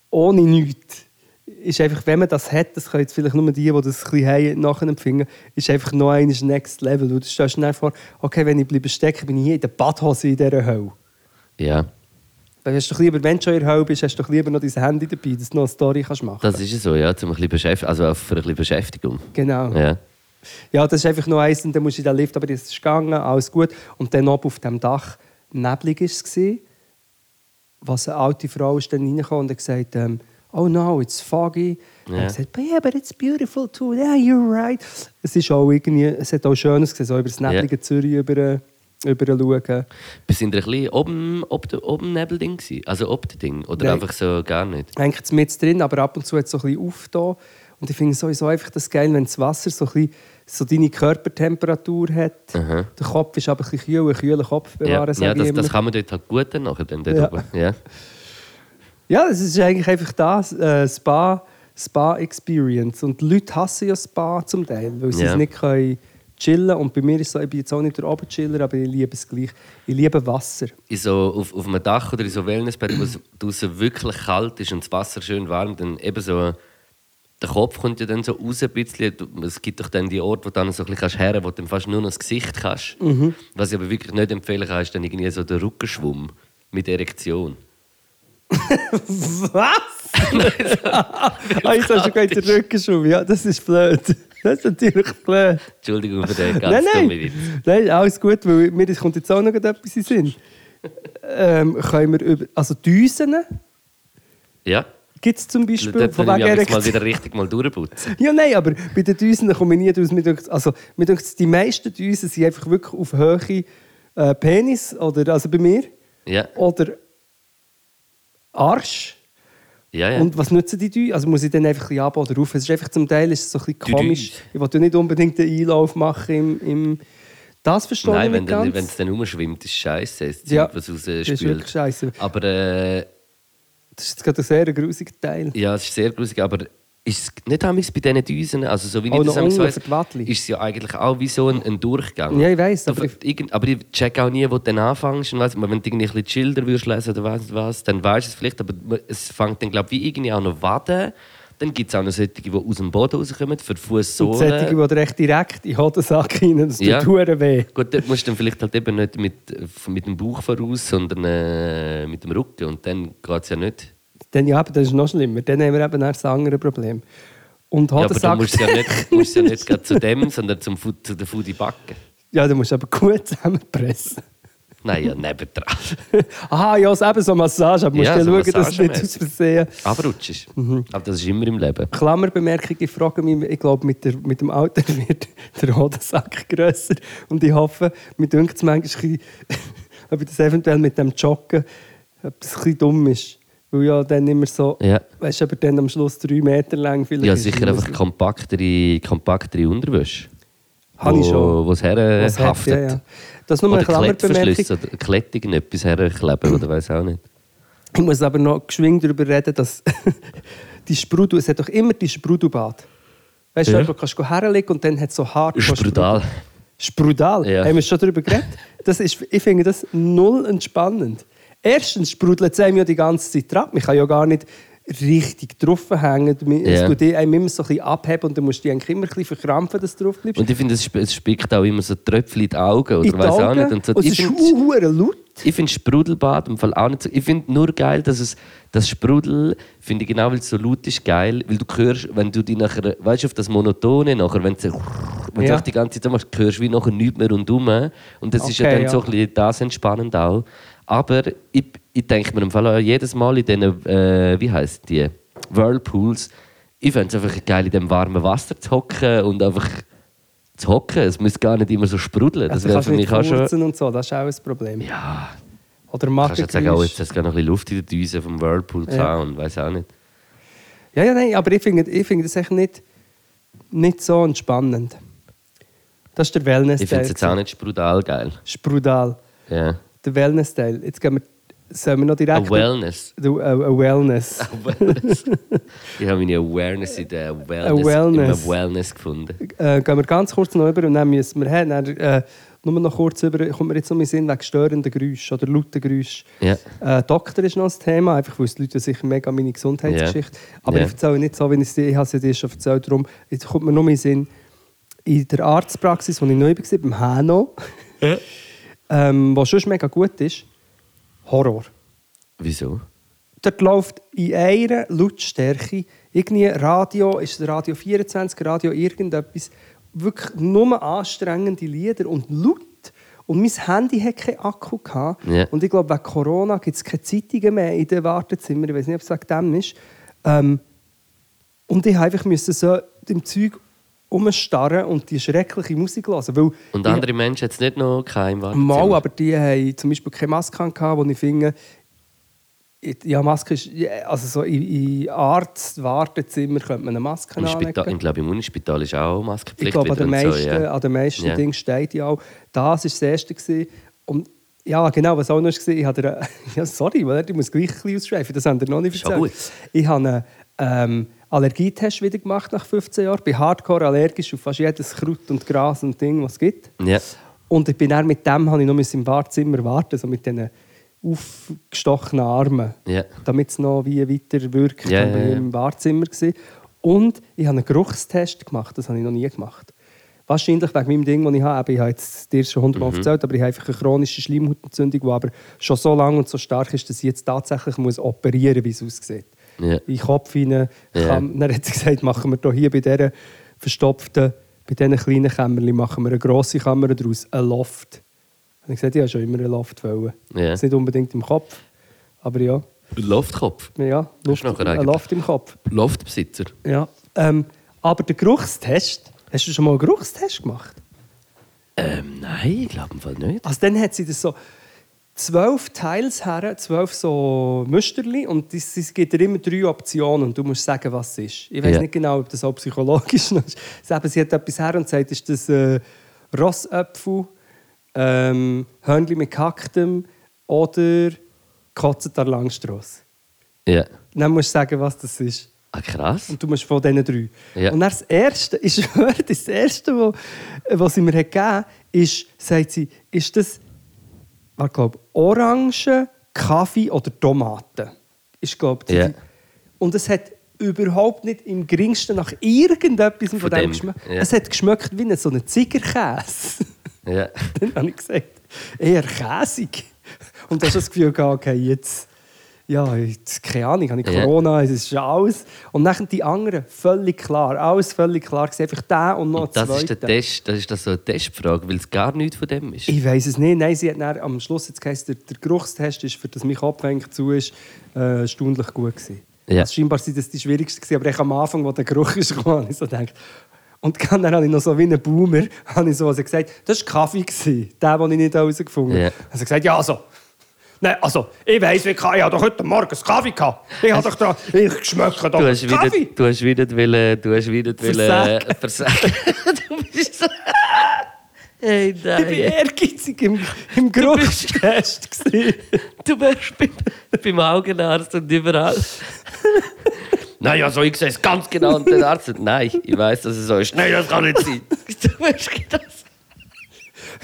Speaker 3: ohne nichts. Ist einfach, wenn man das hat, das können jetzt vielleicht nur die, die das ein bisschen haben, nachempfinden, ist einfach noch eines Next Level. Du stellst dir dann vor, okay, wenn ich bleibe stecken, bin ich hier in der Badhose in dieser Hölle.
Speaker 2: ja.
Speaker 3: Dann hast du doch lieber, wenn du schon in der Hölle bist, hast du doch lieber noch dein Handy dabei, dass du noch eine Story kannst machen
Speaker 2: Das ist ja so, ja, zum ein bisschen beschäft- also auch für ein bisschen Beschäftigung.
Speaker 3: Genau. Ja.
Speaker 2: Ja.
Speaker 3: das ist einfach nur eins und dann musst du in den Lift, aber das ist gegangen, alles gut. Und dann oben auf dem Dach, neblig war es, was eine alte Frau ist dann reingekommen und hat gesagt, ähm, oh no, it's foggy. Er
Speaker 2: Ja.
Speaker 3: hat gesagt, but yeah, but it's beautiful too. Yeah, you're right. Es ist auch irgendwie, es hat auch Schönes gesehen, so über das neblige Zürich über, äh, über schauen.
Speaker 2: Wir sind ein bisschen oben, ob, ob dem Nebelding gewesen. Also ob dem Ding. Oder
Speaker 3: Nein.
Speaker 2: einfach so gar nicht.
Speaker 3: eigentlich mit drin, aber ab und zu hat es so ein bisschen aufgetan. Und ich finde sowieso einfach das geil, wenn das Wasser so, ein bisschen, so deine Körpertemperatur hat. Der Kopf ist aber ein bisschen kühl, einen kühlen Kopf
Speaker 2: Ja,
Speaker 3: bewahren,
Speaker 2: ja
Speaker 3: sage ich
Speaker 2: das,
Speaker 3: immer.
Speaker 2: das kann man dort halt gut dann nachher dann dort
Speaker 3: Ja.
Speaker 2: oben. Ja.
Speaker 3: ja, das ist eigentlich einfach das, äh, Spa, Spa-Experience. Und die Leute hassen ja Spa zum Teil, weil sie
Speaker 2: Ja.
Speaker 3: es nicht können chillen Und bei mir ist es so, ich bin jetzt auch nicht der Oberchiller, aber ich liebe es gleich. Ich liebe Wasser. [laughs]
Speaker 2: In so, auf, auf einem Dach oder in so Wellnessbett, wo es draußen wirklich kalt ist und das Wasser schön warm, dann eben so... Der Kopf kommt ja dann so raus ein bisschen. Du- Es gibt doch dann die Orte, wo du dann so ein bisschen kannst her, wo du dann fast nur noch das Gesicht kannst.
Speaker 3: Mhm.
Speaker 2: Was ich aber wirklich nicht empfehlen kann, ist dann irgendwie so der Rückenschwumm mit Erektion. [laughs]
Speaker 3: Was? ah, jetzt hast du gleich den Rücken schon. Ja, das ist blöd. Das ist natürlich blöd.
Speaker 2: Entschuldigung für
Speaker 3: [laughs]
Speaker 2: den ganz
Speaker 3: Nein,
Speaker 2: dummen Witz.
Speaker 3: nein. nein, alles gut, weil mir kommt jetzt auch noch etwas in den Sinn. ähm, können wir über, also Düsen
Speaker 2: Ja,
Speaker 3: gibt es zum Beispiel,
Speaker 2: dort
Speaker 3: von
Speaker 2: habe ich
Speaker 3: wegen
Speaker 2: mich jetzt mal
Speaker 3: Erektion.
Speaker 2: wieder richtig mal durchputzen.
Speaker 3: Ja, nein, aber bei den Düsen komme ich nie draus. Mir denkt, also, mir denkt, die meisten Düsen sind einfach wirklich auf Höhe äh, Penis, oder, also bei mir,
Speaker 2: Ja,
Speaker 3: oder Arsch.
Speaker 2: ja, ja.
Speaker 3: Und was nutzen die Düsen? Also muss ich dann einfach ein bisschen ab oder rauf? Es ist einfach zum Teil ist es so ein bisschen
Speaker 2: Düdü.
Speaker 3: komisch. Ich will ja nicht unbedingt einen Einlauf machen im... im das verstehe ich
Speaker 2: Nein,
Speaker 3: nicht
Speaker 2: wenn
Speaker 3: ganz.
Speaker 2: dann- wenn es dann rumschwimmt, ist scheiße. Es zieht
Speaker 3: Ja,
Speaker 2: was raus,
Speaker 3: das ist
Speaker 2: spült.
Speaker 3: wirklich scheisse.
Speaker 2: Aber äh,
Speaker 3: Das ist jetzt gerade ein sehr grusiger Teil.
Speaker 2: ja, es ist sehr grusig. Aber ist es nicht amigs bei diesen Düsen, also so wie
Speaker 3: Auch
Speaker 2: ich das
Speaker 3: noch
Speaker 2: amigs
Speaker 3: unten
Speaker 2: weiss,
Speaker 3: für die Wattli.
Speaker 2: ist es ja eigentlich auch wie so ein, ein Durchgang.
Speaker 3: Ja, ich weiss,
Speaker 2: Du
Speaker 3: aber
Speaker 2: ver- irgend- aber ich check auch nie, wo du dann anfängst. Und weiss, wenn du irgendwie ein bisschen die Schilder würdest lesen oder weiss nicht was, dann weißt du es vielleicht. Aber man- es fängt dann, glaube ich, wie irgendwie auch noch Waden. Dann gibt es auch noch solche, die aus dem Boden rauskommen, für die
Speaker 3: Und solche,
Speaker 2: Fußsohlen.
Speaker 3: die recht direkt in den Hodensack rein, das tut
Speaker 2: Ja.
Speaker 3: verdammt weh.
Speaker 2: Gut, dort musst du dann vielleicht halt eben nicht mit, äh, mit dem Bauch voraus, sondern äh, mit dem Rücken. Und dann geht es ja nicht.
Speaker 3: Dann, ja, aber das ist noch schlimmer. Dann haben wir eben erst ein anderes Problem. Und
Speaker 2: Ja, aber du
Speaker 3: Hodensack...
Speaker 2: musst ja nicht, musst ja nicht gerade zu dem, sondern zum Fu zu der Foodie backen.
Speaker 3: [laughs] ja, dann musst du aber gut zusammenpressen. [laughs]
Speaker 2: Nein, ja, nebendran.
Speaker 3: Aha, ja, es ist eben so eine Massage, aber musst
Speaker 2: Ja,
Speaker 3: dann
Speaker 2: so
Speaker 3: schauen, dass du nicht aus
Speaker 2: massagemässig.
Speaker 3: Versehen...
Speaker 2: Aber rutschst.
Speaker 3: Mhm.
Speaker 2: Aber das ist immer im Leben.
Speaker 3: Klammerbemerkung, ich frage mich, ich glaube, mit, der, mit dem Alter [laughs] wird der Hodensack grösser. Und ich hoffe, mir dünkt es manchmal, ein bisschen, [laughs] ob ich das eventuell mit dem Joggen, ob das ein bisschen dumm ist. Weil ja dann immer so,
Speaker 2: Ja.
Speaker 3: weißt du, aber dann am Schluss drei Meter lang vielleicht
Speaker 2: Ja,
Speaker 3: ist.
Speaker 2: sicher
Speaker 3: Ich muss-
Speaker 2: einfach kompaktere, kompaktere Unterwäsche.
Speaker 3: Habe ich schon.
Speaker 2: Wo es herhaftet.
Speaker 3: ja, ja. Das nur
Speaker 2: Äh, Oder
Speaker 3: eine Klammerbemerkung.
Speaker 2: Klettverschlüsse oder Klettung etwas herkleben oder weiß auch nicht.
Speaker 3: Ich muss aber noch geschwingt darüber reden, dass [laughs] die Sprudel, es hat doch immer die Sprudelbad. Weißt du,
Speaker 2: Ja.
Speaker 3: dort, wo du kannst du herlegen und dann hat es so hart.
Speaker 2: Sprudal.
Speaker 3: Sprudal,
Speaker 2: Ja.
Speaker 3: haben wir schon darüber geredet? Das ist, ich finde das null entspannend. Erstens sprudelt es einem ja die ganze Zeit ab. Man kann ja gar nicht richtig drauf hängen. Es
Speaker 2: Ja.
Speaker 3: tut eh einem immer so ein bisschen abheben und dann musst du dich eigentlich immer ein bisschen verkrampfen, dass du drauf bleibst.
Speaker 2: Und ich finde, es sp- es spickt auch immer so Tröpfchen in die Augen
Speaker 3: In
Speaker 2: oder
Speaker 3: die
Speaker 2: weiß auch
Speaker 3: Augen.
Speaker 2: nicht. Und so.
Speaker 3: Und es
Speaker 2: ich
Speaker 3: ist
Speaker 2: finde
Speaker 3: hure laut.
Speaker 2: ich find Sprudelbad im Fall auch nicht so. Ich finde nur geil, dass es das Sprudel, finde ich genau, weil es so laut ist, geil. Weil du hörst, wenn du dich nachher, weißt du, auf das Monotone nachher, wenn du wenn
Speaker 3: Ja.
Speaker 2: ja. die ganze Zeit so machst, hörst du wie nachher nichts mehr rundum. Und das ist ja
Speaker 3: Okay,
Speaker 2: dann
Speaker 3: ja.
Speaker 2: so ein bisschen das entspannend auch. Aber ich, ich denke mir im Fall auch jedes Mal in diesen, äh, wie heisst die, Whirlpools, ich fände es einfach geil, in dem warmen Wasser zu hocken und einfach zu hocken. Es muss gar nicht immer so sprudeln. Das
Speaker 3: Also
Speaker 2: wäre
Speaker 3: kannst
Speaker 2: für mich
Speaker 3: nicht
Speaker 2: auch schon...
Speaker 3: furzen und so, das ist auch ein Problem.
Speaker 2: Ja,
Speaker 3: Oder
Speaker 2: kannst jetzt sagen, oh,
Speaker 3: Magengeräusche.
Speaker 2: jetzt ist noch ein bisschen Luft in der Düse vom Whirlpool
Speaker 3: Ja.
Speaker 2: ja. und weiß auch nicht.
Speaker 3: Ja, ja, nein, aber ich finde ich finde das echt nicht, nicht so entspannend. Das ist der Wellness-Teil.
Speaker 2: Ich finde es jetzt auch nicht sprudal geil.
Speaker 3: Sprudal.
Speaker 2: Ja.
Speaker 3: Der Wellness-Teil. Jetzt gehen wir, sollen wir noch direkt...
Speaker 2: A Wellness.
Speaker 3: Du, äh, äh,
Speaker 2: [laughs]
Speaker 3: Wellness. [laughs]
Speaker 2: Ich habe meine Awareness in der
Speaker 3: A
Speaker 2: Wellness,
Speaker 3: Wellness.
Speaker 2: Wellness. Wellness gefunden.
Speaker 3: Äh, gehen wir ganz kurz noch über und dann müssen wir... Hey, dann, äh, nur noch kurz über... Kommt mir jetzt noch in den Sinn wegen störenden Geräuschen oder lauten Geräuschen.
Speaker 2: Ja.
Speaker 3: Äh, Doktor ist noch ein Thema, einfach weil es die Leute sicher mega meine Gesundheitsgeschichte... Aber
Speaker 2: Ja.
Speaker 3: ich erzähle nicht so, wie ich es dir... Ich habe es ja dir schon erzählt, darum... Jetzt kommt mir nur in den Sinn... In der Arztpraxis, wo ich neu war, beim Hano, ähm, was sonst mega gut ist, Horror.
Speaker 2: Wieso?
Speaker 3: Dort läuft in einer Lautstärke irgendwie Radio, ist es Radio 24, Radio irgendetwas, wirklich nur anstrengende Lieder und laut. Und mein Handy hatte keinen Akku. Gehabt.
Speaker 2: Ja.
Speaker 3: Und ich glaube, wegen Corona gibt es keine Zeitungen mehr in den Wartezimmern. Ich weiß nicht, ob es wegen dem ist. Ähm, und ich musste einfach müssen so dem Zeug umstarren und die schreckliche Musik hören. Weil
Speaker 2: Und
Speaker 3: ich-
Speaker 2: andere Menschen jetzt nicht noch kein Wartezimmer.
Speaker 3: Mal, aber die haben zum Beispiel keine Maske gehabt, die ich finde, ich- ja, Maske ist, ja, also so in, in Arzt-Wartezimmer könnte man eine Maske
Speaker 2: Im Spital,
Speaker 3: anlegen.
Speaker 2: ich glaube, im Unispital ist auch Maskenpflicht.
Speaker 3: Ich glaube, an
Speaker 2: wieder
Speaker 3: den
Speaker 2: und
Speaker 3: meisten,
Speaker 2: so, ja.
Speaker 3: an den meisten
Speaker 2: Ja.
Speaker 3: Dingen steht ja auch, das war das Erste. Gewesen. Und ja, genau, was auch noch war, ich hatte eine- [laughs] ja, sorry, Mann, ich muss gleich ein bisschen ausschweifen, das haben ihr noch nicht
Speaker 2: Ist ja
Speaker 3: erzählt. Ich habe einen ähm, Allergietest wieder gemacht nach 15 Jahren, bin hardcore allergisch auf fast jedes Kraut und Gras und Ding, was es gibt.
Speaker 2: ja.
Speaker 3: Und ich bin dann mit dem habe ich noch im Wartezimmer warten, so mit diesen aufgestochenen Armen,
Speaker 2: Ja.
Speaker 3: damit es noch wie weiter wirkt.
Speaker 2: Ja,
Speaker 3: dann bin
Speaker 2: ja,
Speaker 3: ich
Speaker 2: ja.
Speaker 3: im Wartezimmer. Gewesen. Und ich habe einen Geruchstest gemacht, das habe ich noch nie gemacht. Wahrscheinlich wegen meinem Ding, das ich habe. Eben, Ich habe jetzt dir schon
Speaker 2: Mhm.
Speaker 3: hundertmal erzählt, aber ich habe einfach eine chronische Schleimhautentzündung, die aber schon so lang und so stark ist, dass ich jetzt tatsächlich muss operieren muss, wie es aussieht.
Speaker 2: Ja.
Speaker 3: In den Kopf hinein.
Speaker 2: Ja.
Speaker 3: Kam- [laughs] Dann hat sie gesagt, machen wir doch hier bei dieser verstopften, bei diesen kleinen Kämmerchen machen wir eine grosse Kammer daraus, einen Loft. Und ich gesagt, ich habe schon immer einen Loft. Wollen.
Speaker 2: Ja.
Speaker 3: Ist nicht unbedingt im Kopf, aber ja.
Speaker 2: Loftkopf.
Speaker 3: ja
Speaker 2: Das
Speaker 3: Luft,
Speaker 2: ist nachher
Speaker 3: ein
Speaker 2: eigentlich-
Speaker 3: Loft im Kopf.
Speaker 2: Loftbesitzer.
Speaker 3: Ja. Ähm, aber der Geruchstest, hast du schon mal einen Geruchstest gemacht?
Speaker 2: Ähm, nein, ich glaube im Fall nicht.
Speaker 3: Also dann hat sie das so zwölf Teils her, zwölf so Musterli und es es gibt dir immer drei Optionen und du musst sagen, was es ist. Ich weiß
Speaker 2: Ja.
Speaker 3: nicht genau, ob das auch psychologisch [laughs] noch ist. Sie, eben, sie hat etwas her und sagt, ist das äh, Rossöpfel, ähm, Hörnli mit Kaktem oder Kotzen der Langstrasse.
Speaker 2: Ja.
Speaker 3: Dann musst du sagen, was das ist.
Speaker 2: Ah, krass.
Speaker 3: Und du musst von diesen drei.
Speaker 2: Ja.
Speaker 3: Und dann das Erste, [laughs] ich schwöre, das Erste, wo- was sie mir hat gegeben hat, ist, sagt sie, ist das, ich glaube, Orange, Kaffee oder Tomaten. Ich glaube, die-
Speaker 2: Ja.
Speaker 3: Und es hat überhaupt nicht im geringsten nach irgendetwas von,
Speaker 2: Von
Speaker 3: dem
Speaker 2: dem,
Speaker 3: geschmeckt.
Speaker 2: ja.
Speaker 3: Es hat geschmeckt wie ein- so ein Ziegerkäse.
Speaker 2: Ja.
Speaker 3: [laughs] Dann habe ich gesagt, eher käsig. Und das ist das Gefühl, gehabt, okay, jetzt, ja, jetzt, keine Ahnung, habe ich
Speaker 2: Ja.
Speaker 3: Corona, es ist alles. Und dann die anderen, völlig klar, alles völlig klar. gewesen. Einfach der und noch
Speaker 2: Und das
Speaker 3: zweite.
Speaker 2: ist der Test, das ist das so eine Testfrage, weil es gar nichts von dem ist.
Speaker 3: Ich weiß es nicht. Nein, sie hat dann am Schluss jetzt geheißen, der, der Geruchstest ist, für das mein Kopf eigentlich zu ist, äh, stundlich gut gewesen.
Speaker 2: Ja.
Speaker 3: Also scheinbar sind das die schwierigsten gewesen, aber ich am Anfang, wo der Geruch [laughs] ist, kam, ich so gedacht. Und dann habe ich noch so wie ein Boomer, [laughs] habe ich so also gesagt, das war Kaffee, gewesen, der, den ich nicht herausgefunden habe.
Speaker 2: Ja.
Speaker 3: Also gesagt, ja also, nein, also, ich weiss, wie Kaffee, ich habe doch heute Morgen einen Kaffee gehabt. Ich habe doch da, ich schmecke doch
Speaker 2: Du hast wieder,
Speaker 3: Kaffee.
Speaker 2: du hast wieder wollen, du hast wieder wollen, versagen. du bist so. [laughs] Hey,
Speaker 3: Ich war
Speaker 2: nein.
Speaker 3: ehrgeizig im, im Geruchstest. gewesen.
Speaker 2: Du wärst beim, beim Augenarzt und überall. [laughs] Nein, also ich sehe es ganz genau. Und der Arzt sagt, nein, ich weiß, dass es so ist. Nein, das kann nicht sein. Du wärst das.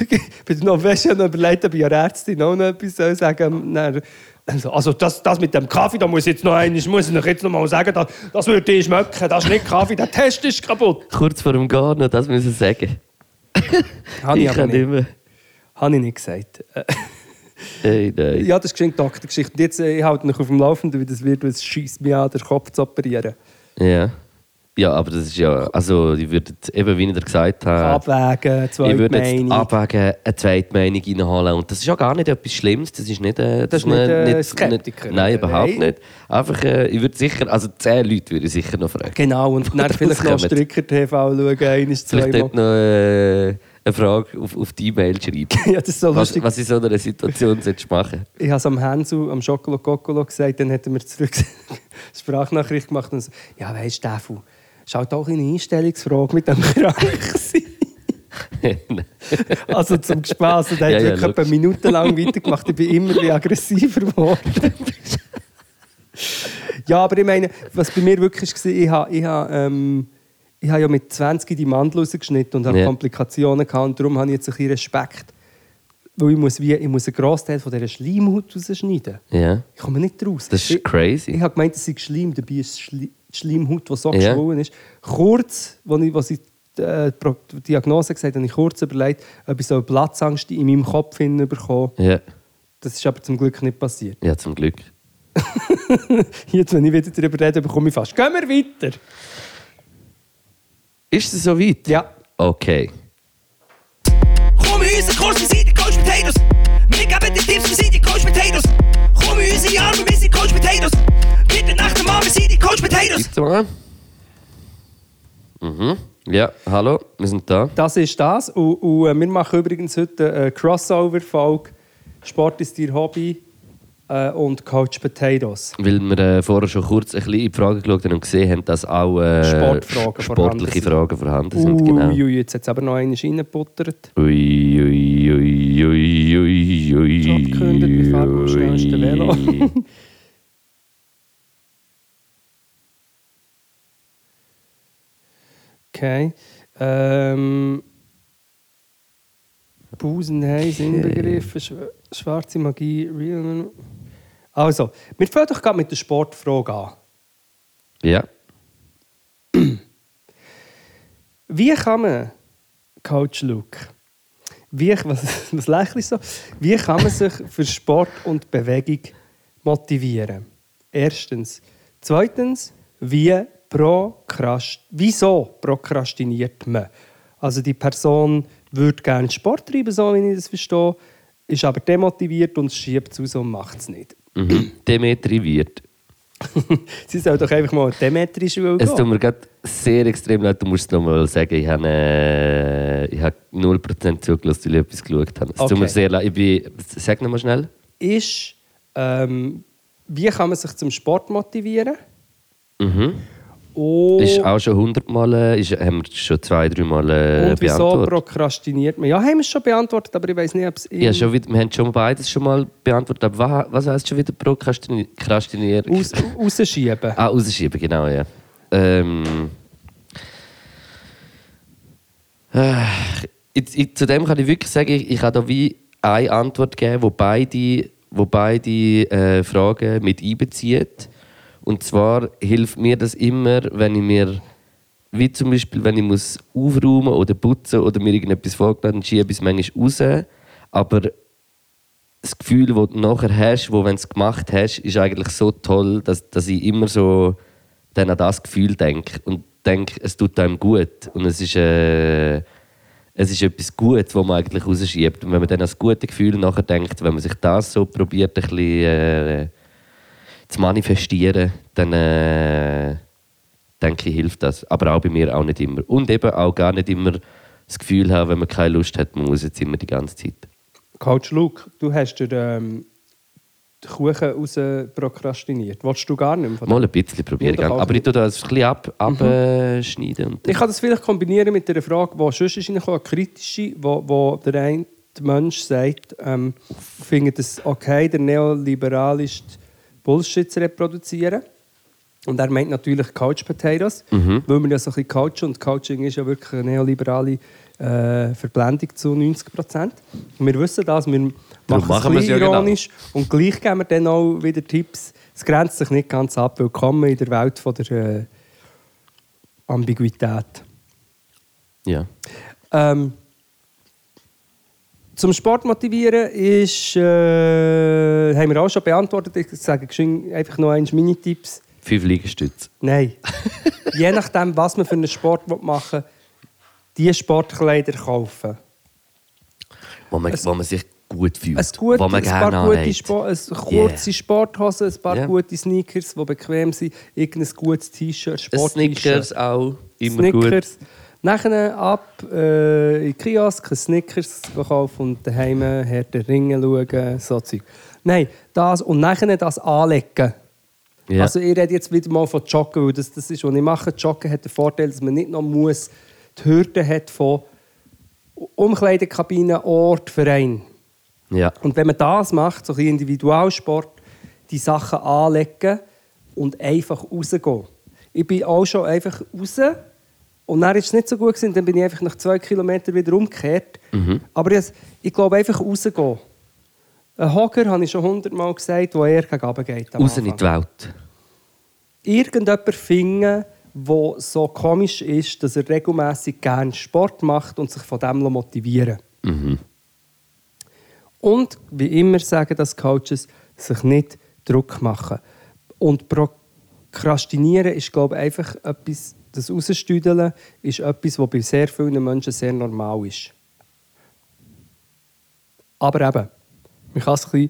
Speaker 3: Ich [laughs] bin noch fest am überlegt, ob ich der Ärztin auch noch etwas soll sagen soll. Also, also das, das mit dem Kaffee, da muss ich jetzt noch einen, ich muss ich jetzt noch mal sagen, das, das würde ich schmecken, das ist nicht Kaffee, der Test ist
Speaker 2: [laughs]
Speaker 3: kaputt.
Speaker 2: [laughs] Kurz vor dem Gehen noch das müssen sagen.
Speaker 3: Habe ich, aber
Speaker 2: kann
Speaker 3: nicht,
Speaker 2: mehr.
Speaker 3: habe ich nicht gesagt. Äh,
Speaker 2: Hey, nein.
Speaker 3: ja, das ist geschenkt Doktorgeschichte. Und jetzt, äh, ich halte mich auf dem Laufenden, wie das wird, weil es schießt mich an, den Kopf zu operieren.
Speaker 2: Ja. Ja, aber das ist ja. Also, ich würde jetzt eben, wie ich dir gesagt habe.
Speaker 3: Abwägen,
Speaker 2: Äh, Ich würde
Speaker 3: Zweitmeinung.
Speaker 2: jetzt abwägen, eine zweite Meinung reinholen. Und das ist ja gar nicht etwas Schlimmes. Das ist nicht, äh,
Speaker 3: Das ist
Speaker 2: man
Speaker 3: nicht, äh, Skeptiker,
Speaker 2: Nicht, nein,
Speaker 3: oder?
Speaker 2: überhaupt
Speaker 3: Nein.
Speaker 2: nicht. Einfach, äh, ich würde sicher, also zehn Leute würde ich sicher noch fragen.
Speaker 3: Genau, und
Speaker 2: [laughs]
Speaker 3: dann
Speaker 2: das
Speaker 3: vielleicht noch
Speaker 2: kommt.
Speaker 3: Stricker-TV schauen, eines,
Speaker 2: Vielleicht
Speaker 3: zweimal.
Speaker 2: dort noch äh, eine Frage auf, auf die E-Mail schreiben.
Speaker 3: [laughs] Ja, das ist so
Speaker 2: was,
Speaker 3: lustig.
Speaker 2: was in so einer Situation solltest du machen [laughs]
Speaker 3: ich habe es am Hänsel, am Schokolo Kokolo gesagt, dann hat er mir zurück [laughs] Sprachnachricht gemacht und so, ja, weisst du, Stefan, ist halt auch eine Einstellungsfrage mit dem Kranksein. Also zum Spass. Und er
Speaker 2: [laughs]
Speaker 3: hat
Speaker 2: Ja, ja,
Speaker 3: wirklich etwa
Speaker 2: logisch.
Speaker 3: minutenlang weitergemacht. Ich bin immer wie aggressiver geworden. [laughs] ja, aber ich meine, was bei mir wirklich war, ich habe, ich habe, ähm, ich habe ja mit 20 die Mandel rausgeschnitten und habe
Speaker 2: Ja.
Speaker 3: Komplikationen gehabt. Und darum habe ich jetzt ein bisschen Respekt. Weil ich muss, wie, ich muss einen Grossteil von dieser Schleimhaut rausschneiden.
Speaker 2: ja,
Speaker 3: Ich komme nicht raus.
Speaker 2: das
Speaker 3: ich,
Speaker 2: ist
Speaker 3: ich
Speaker 2: crazy.
Speaker 3: habe gemeint, es sei Schleim, dabei ist es Schli die Schleimhaut, die so
Speaker 2: Ja.
Speaker 3: geschwollen ist. Kurz, als ich, als ich äh, die Pro- die Diagnose gesagt habe, habe ich kurz überlegt, ob ich so eine Platzangst in meinem Kopf hinbekomme.
Speaker 2: Ja,
Speaker 3: Das ist aber zum Glück nicht passiert. [laughs]
Speaker 2: ja zum Glück.
Speaker 3: Jetzt, wenn ich wieder darüber rede, bekomme ich fast. Gehen wir weiter!
Speaker 2: Ist es so weit?
Speaker 3: Ja.
Speaker 2: Okay.
Speaker 4: Komm in unseren Kurs, wir sind die Coach Potatoes. Wir geben dir Tipps, wir sind die Coach Potatoes. Komm in unsere Arme, wir sind Coach Potatoes. Bitte nach dem Mann, wir sind die Coach Potatoes.
Speaker 2: gegangen. Mhm. Ja, hallo, wir sind da.
Speaker 3: Das ist das. Und, und äh, wir machen übrigens heute eine äh, Crossover-Folge. Sport ist dein Hobby äh, und Couch Potatoes.
Speaker 2: Weil wir äh, vorher schon kurz ein bisschen in die Fragen geschaut haben und gesehen haben, dass auch äh,
Speaker 3: Sportfragen
Speaker 2: sportliche
Speaker 3: vorhanden sind.
Speaker 2: Fragen vorhanden sind.
Speaker 3: Uiuiui,
Speaker 2: Genau.
Speaker 3: jetzt hat es aber noch einen reingebuttert.
Speaker 2: Ui, ui, ui, ui, ui, ui,
Speaker 3: Job gekündigt, wir fahren am schnellsten Velo. Okay. Ähm, Busenheis inbegriffen, Schw- schwarze Magie, real. Also, wir fangen doch gerade mit der Sportfrage an.
Speaker 2: ja.
Speaker 3: Wie kann man, Coach Luke, wie, was, was lächelst du so? Wie kann man sich für Sport und Bewegung motivieren? Erstens. Zweitens, wie prokrast wieso prokrastiniert man? Also die Person würde gerne Sport treiben, so wie ich das verstehe, ist aber demotiviert und schiebt es raus und macht es nicht. [laughs]
Speaker 2: Mhm. Demetriviert.
Speaker 3: Sie soll doch einfach mal demetrisch gehen.
Speaker 2: Es tut mir gerade sehr extrem leid, du musst es nochmal sagen, ich habe, äh, ich habe 0% zugelassen, weil ich etwas geschaut habe. Es
Speaker 3: Okay.
Speaker 2: tut mir sehr leid. Ich bin, sag nochmal schnell.
Speaker 3: ist, ähm, wie kann man sich zum Sport motivieren? Oh, Und,
Speaker 2: Mhm. Ist auch schon 100 Mal, äh, ist, haben wir schon zwei, drei Mal äh,
Speaker 3: und wieso
Speaker 2: beantwortet.
Speaker 3: prokrastiniert man? Ja, haben wir es schon beantwortet, aber ich weiß nicht, ob es
Speaker 2: ja, schon wieder, wir haben schon beides schon mal beantwortet. Aber was, was heisst schon wieder prokrastini- Prokrastinieren?
Speaker 3: aus, rausschieben.
Speaker 2: Ah, rausschieben, genau, ja. Ähm. Äh, Ich, ich, zu dem kann ich wirklich sagen, ich, ich kann da wie eine Antwort geben, wo beide, wo beide äh, Fragen mit einbezieht. Und zwar hilft mir das immer, wenn ich mir, wie zum Beispiel, wenn ich muss aufräumen oder putzen oder mir irgendetwas vorgenommen habe, schiebe ich es manchmal raus. Aber das Gefühl, das du nachher hast, wo, wenn du es gemacht hast, ist eigentlich so toll, dass, dass ich immer so dann an das Gefühl denke und denke, es tut einem gut und es ist, äh, es ist etwas Gutes, was man eigentlich rausschiebt. Und wenn man dann an das gute Gefühl nachher denkt, wenn man sich das so probiert, ein bisschen äh, zu manifestieren, dann äh, denke ich, hilft das. Aber auch bei mir auch nicht immer. Und eben auch gar nicht immer das Gefühl haben, wenn man keine Lust hat, man muss jetzt immer die ganze Zeit.
Speaker 3: Coach Luke, du hast dir ähm, den Kuchen raus prokrastiniert. Willst du gar nicht mehr von
Speaker 2: Mal ein bisschen probieren.
Speaker 3: Ja, da
Speaker 2: gell?
Speaker 3: kann
Speaker 2: aber
Speaker 3: ich
Speaker 2: ich tue das ein bisschen ab, abschneiden. Und
Speaker 3: Mhm. Ich kann das vielleicht kombinieren mit einer Frage, die sonst ist eine kritische, wo, wo der eine Mensch sagt, ähm, findet es okay, der neoliberalist Bullshit zu reproduzieren. Und er meint natürlich Couch Potatoes,
Speaker 2: Mhm.
Speaker 3: weil man ja so ein bisschen couchen und Couching ist ja wirklich eine neoliberale äh, Verblendung zu 90 Prozent. Wir wissen das, wir machen,
Speaker 2: machen wir es
Speaker 3: es
Speaker 2: ja
Speaker 3: ein bisschen
Speaker 2: genau.
Speaker 3: ironisch und gleich geben wir dann auch wieder Tipps. Es grenzt sich nicht ganz ab. Willkommen in der Welt von der äh, Ambiguität.
Speaker 2: ja.
Speaker 3: Ähm, zum Sport motivieren ist, äh, haben wir auch schon beantwortet. Ich sage geschwind einfach noch eins meine Tipps.
Speaker 2: Fünf Liegestütze.
Speaker 3: Nein. Je nachdem, was man für einen Sport machen will, die Sportkleider kaufen.
Speaker 2: Wo man, wo man sich gut fühlt.
Speaker 3: Ein, gut,
Speaker 2: wo man
Speaker 3: ein
Speaker 2: gerne
Speaker 3: paar gute
Speaker 2: anlegt.
Speaker 3: Spo ein kurze Sporthosen, ein paar
Speaker 2: Ja.
Speaker 3: gute Sneakers, die bequem sind, irgendein gutes T-Shirt,
Speaker 2: Ein
Speaker 3: Sport-T-Shirt.
Speaker 2: Snickers auch. Immer gut.
Speaker 3: Snickers. Nachher ab äh, in den Kiosk, ein Snickers kaufen und daheim Herr der Ringe schauen, so Zeug. Nein, das und nachher das anlegen.
Speaker 2: Ja.
Speaker 3: Also ich rede jetzt wieder mal von Joggen, weil das, das ist, was ich mache. Joggen hat den Vorteil, dass man nicht noch muss die Hürde hat von Umkleidekabine, Ort, Verein.
Speaker 2: ja.
Speaker 3: Und wenn man das macht, so ein bisschen Individualsport, die Sachen anlegen und einfach rausgehen. Ich bin auch schon einfach raus und dann ist es nicht so gut gewesen, dann bin ich einfach nach zwei Kilometern wieder umgekehrt.
Speaker 2: Mhm.
Speaker 3: Aber ich, ich glaube, einfach rausgehen. Ein Hocker, habe ich schon hundertmal gesagt, wo er gegen runter geht. am
Speaker 2: Raus in
Speaker 3: Anfang
Speaker 2: die Welt.
Speaker 3: irgendjemanden finden, der so komisch ist, dass er regelmäßig gerne Sport macht und sich von dem motivieren lässt. Und wie immer sagen das Coaches, sich nicht Druck machen. Und prokrastinieren ist, glaube ich, einfach etwas, das Rausstüdeln ist etwas, was bei sehr vielen Menschen sehr normal ist. Aber eben, man kann es ein bisschen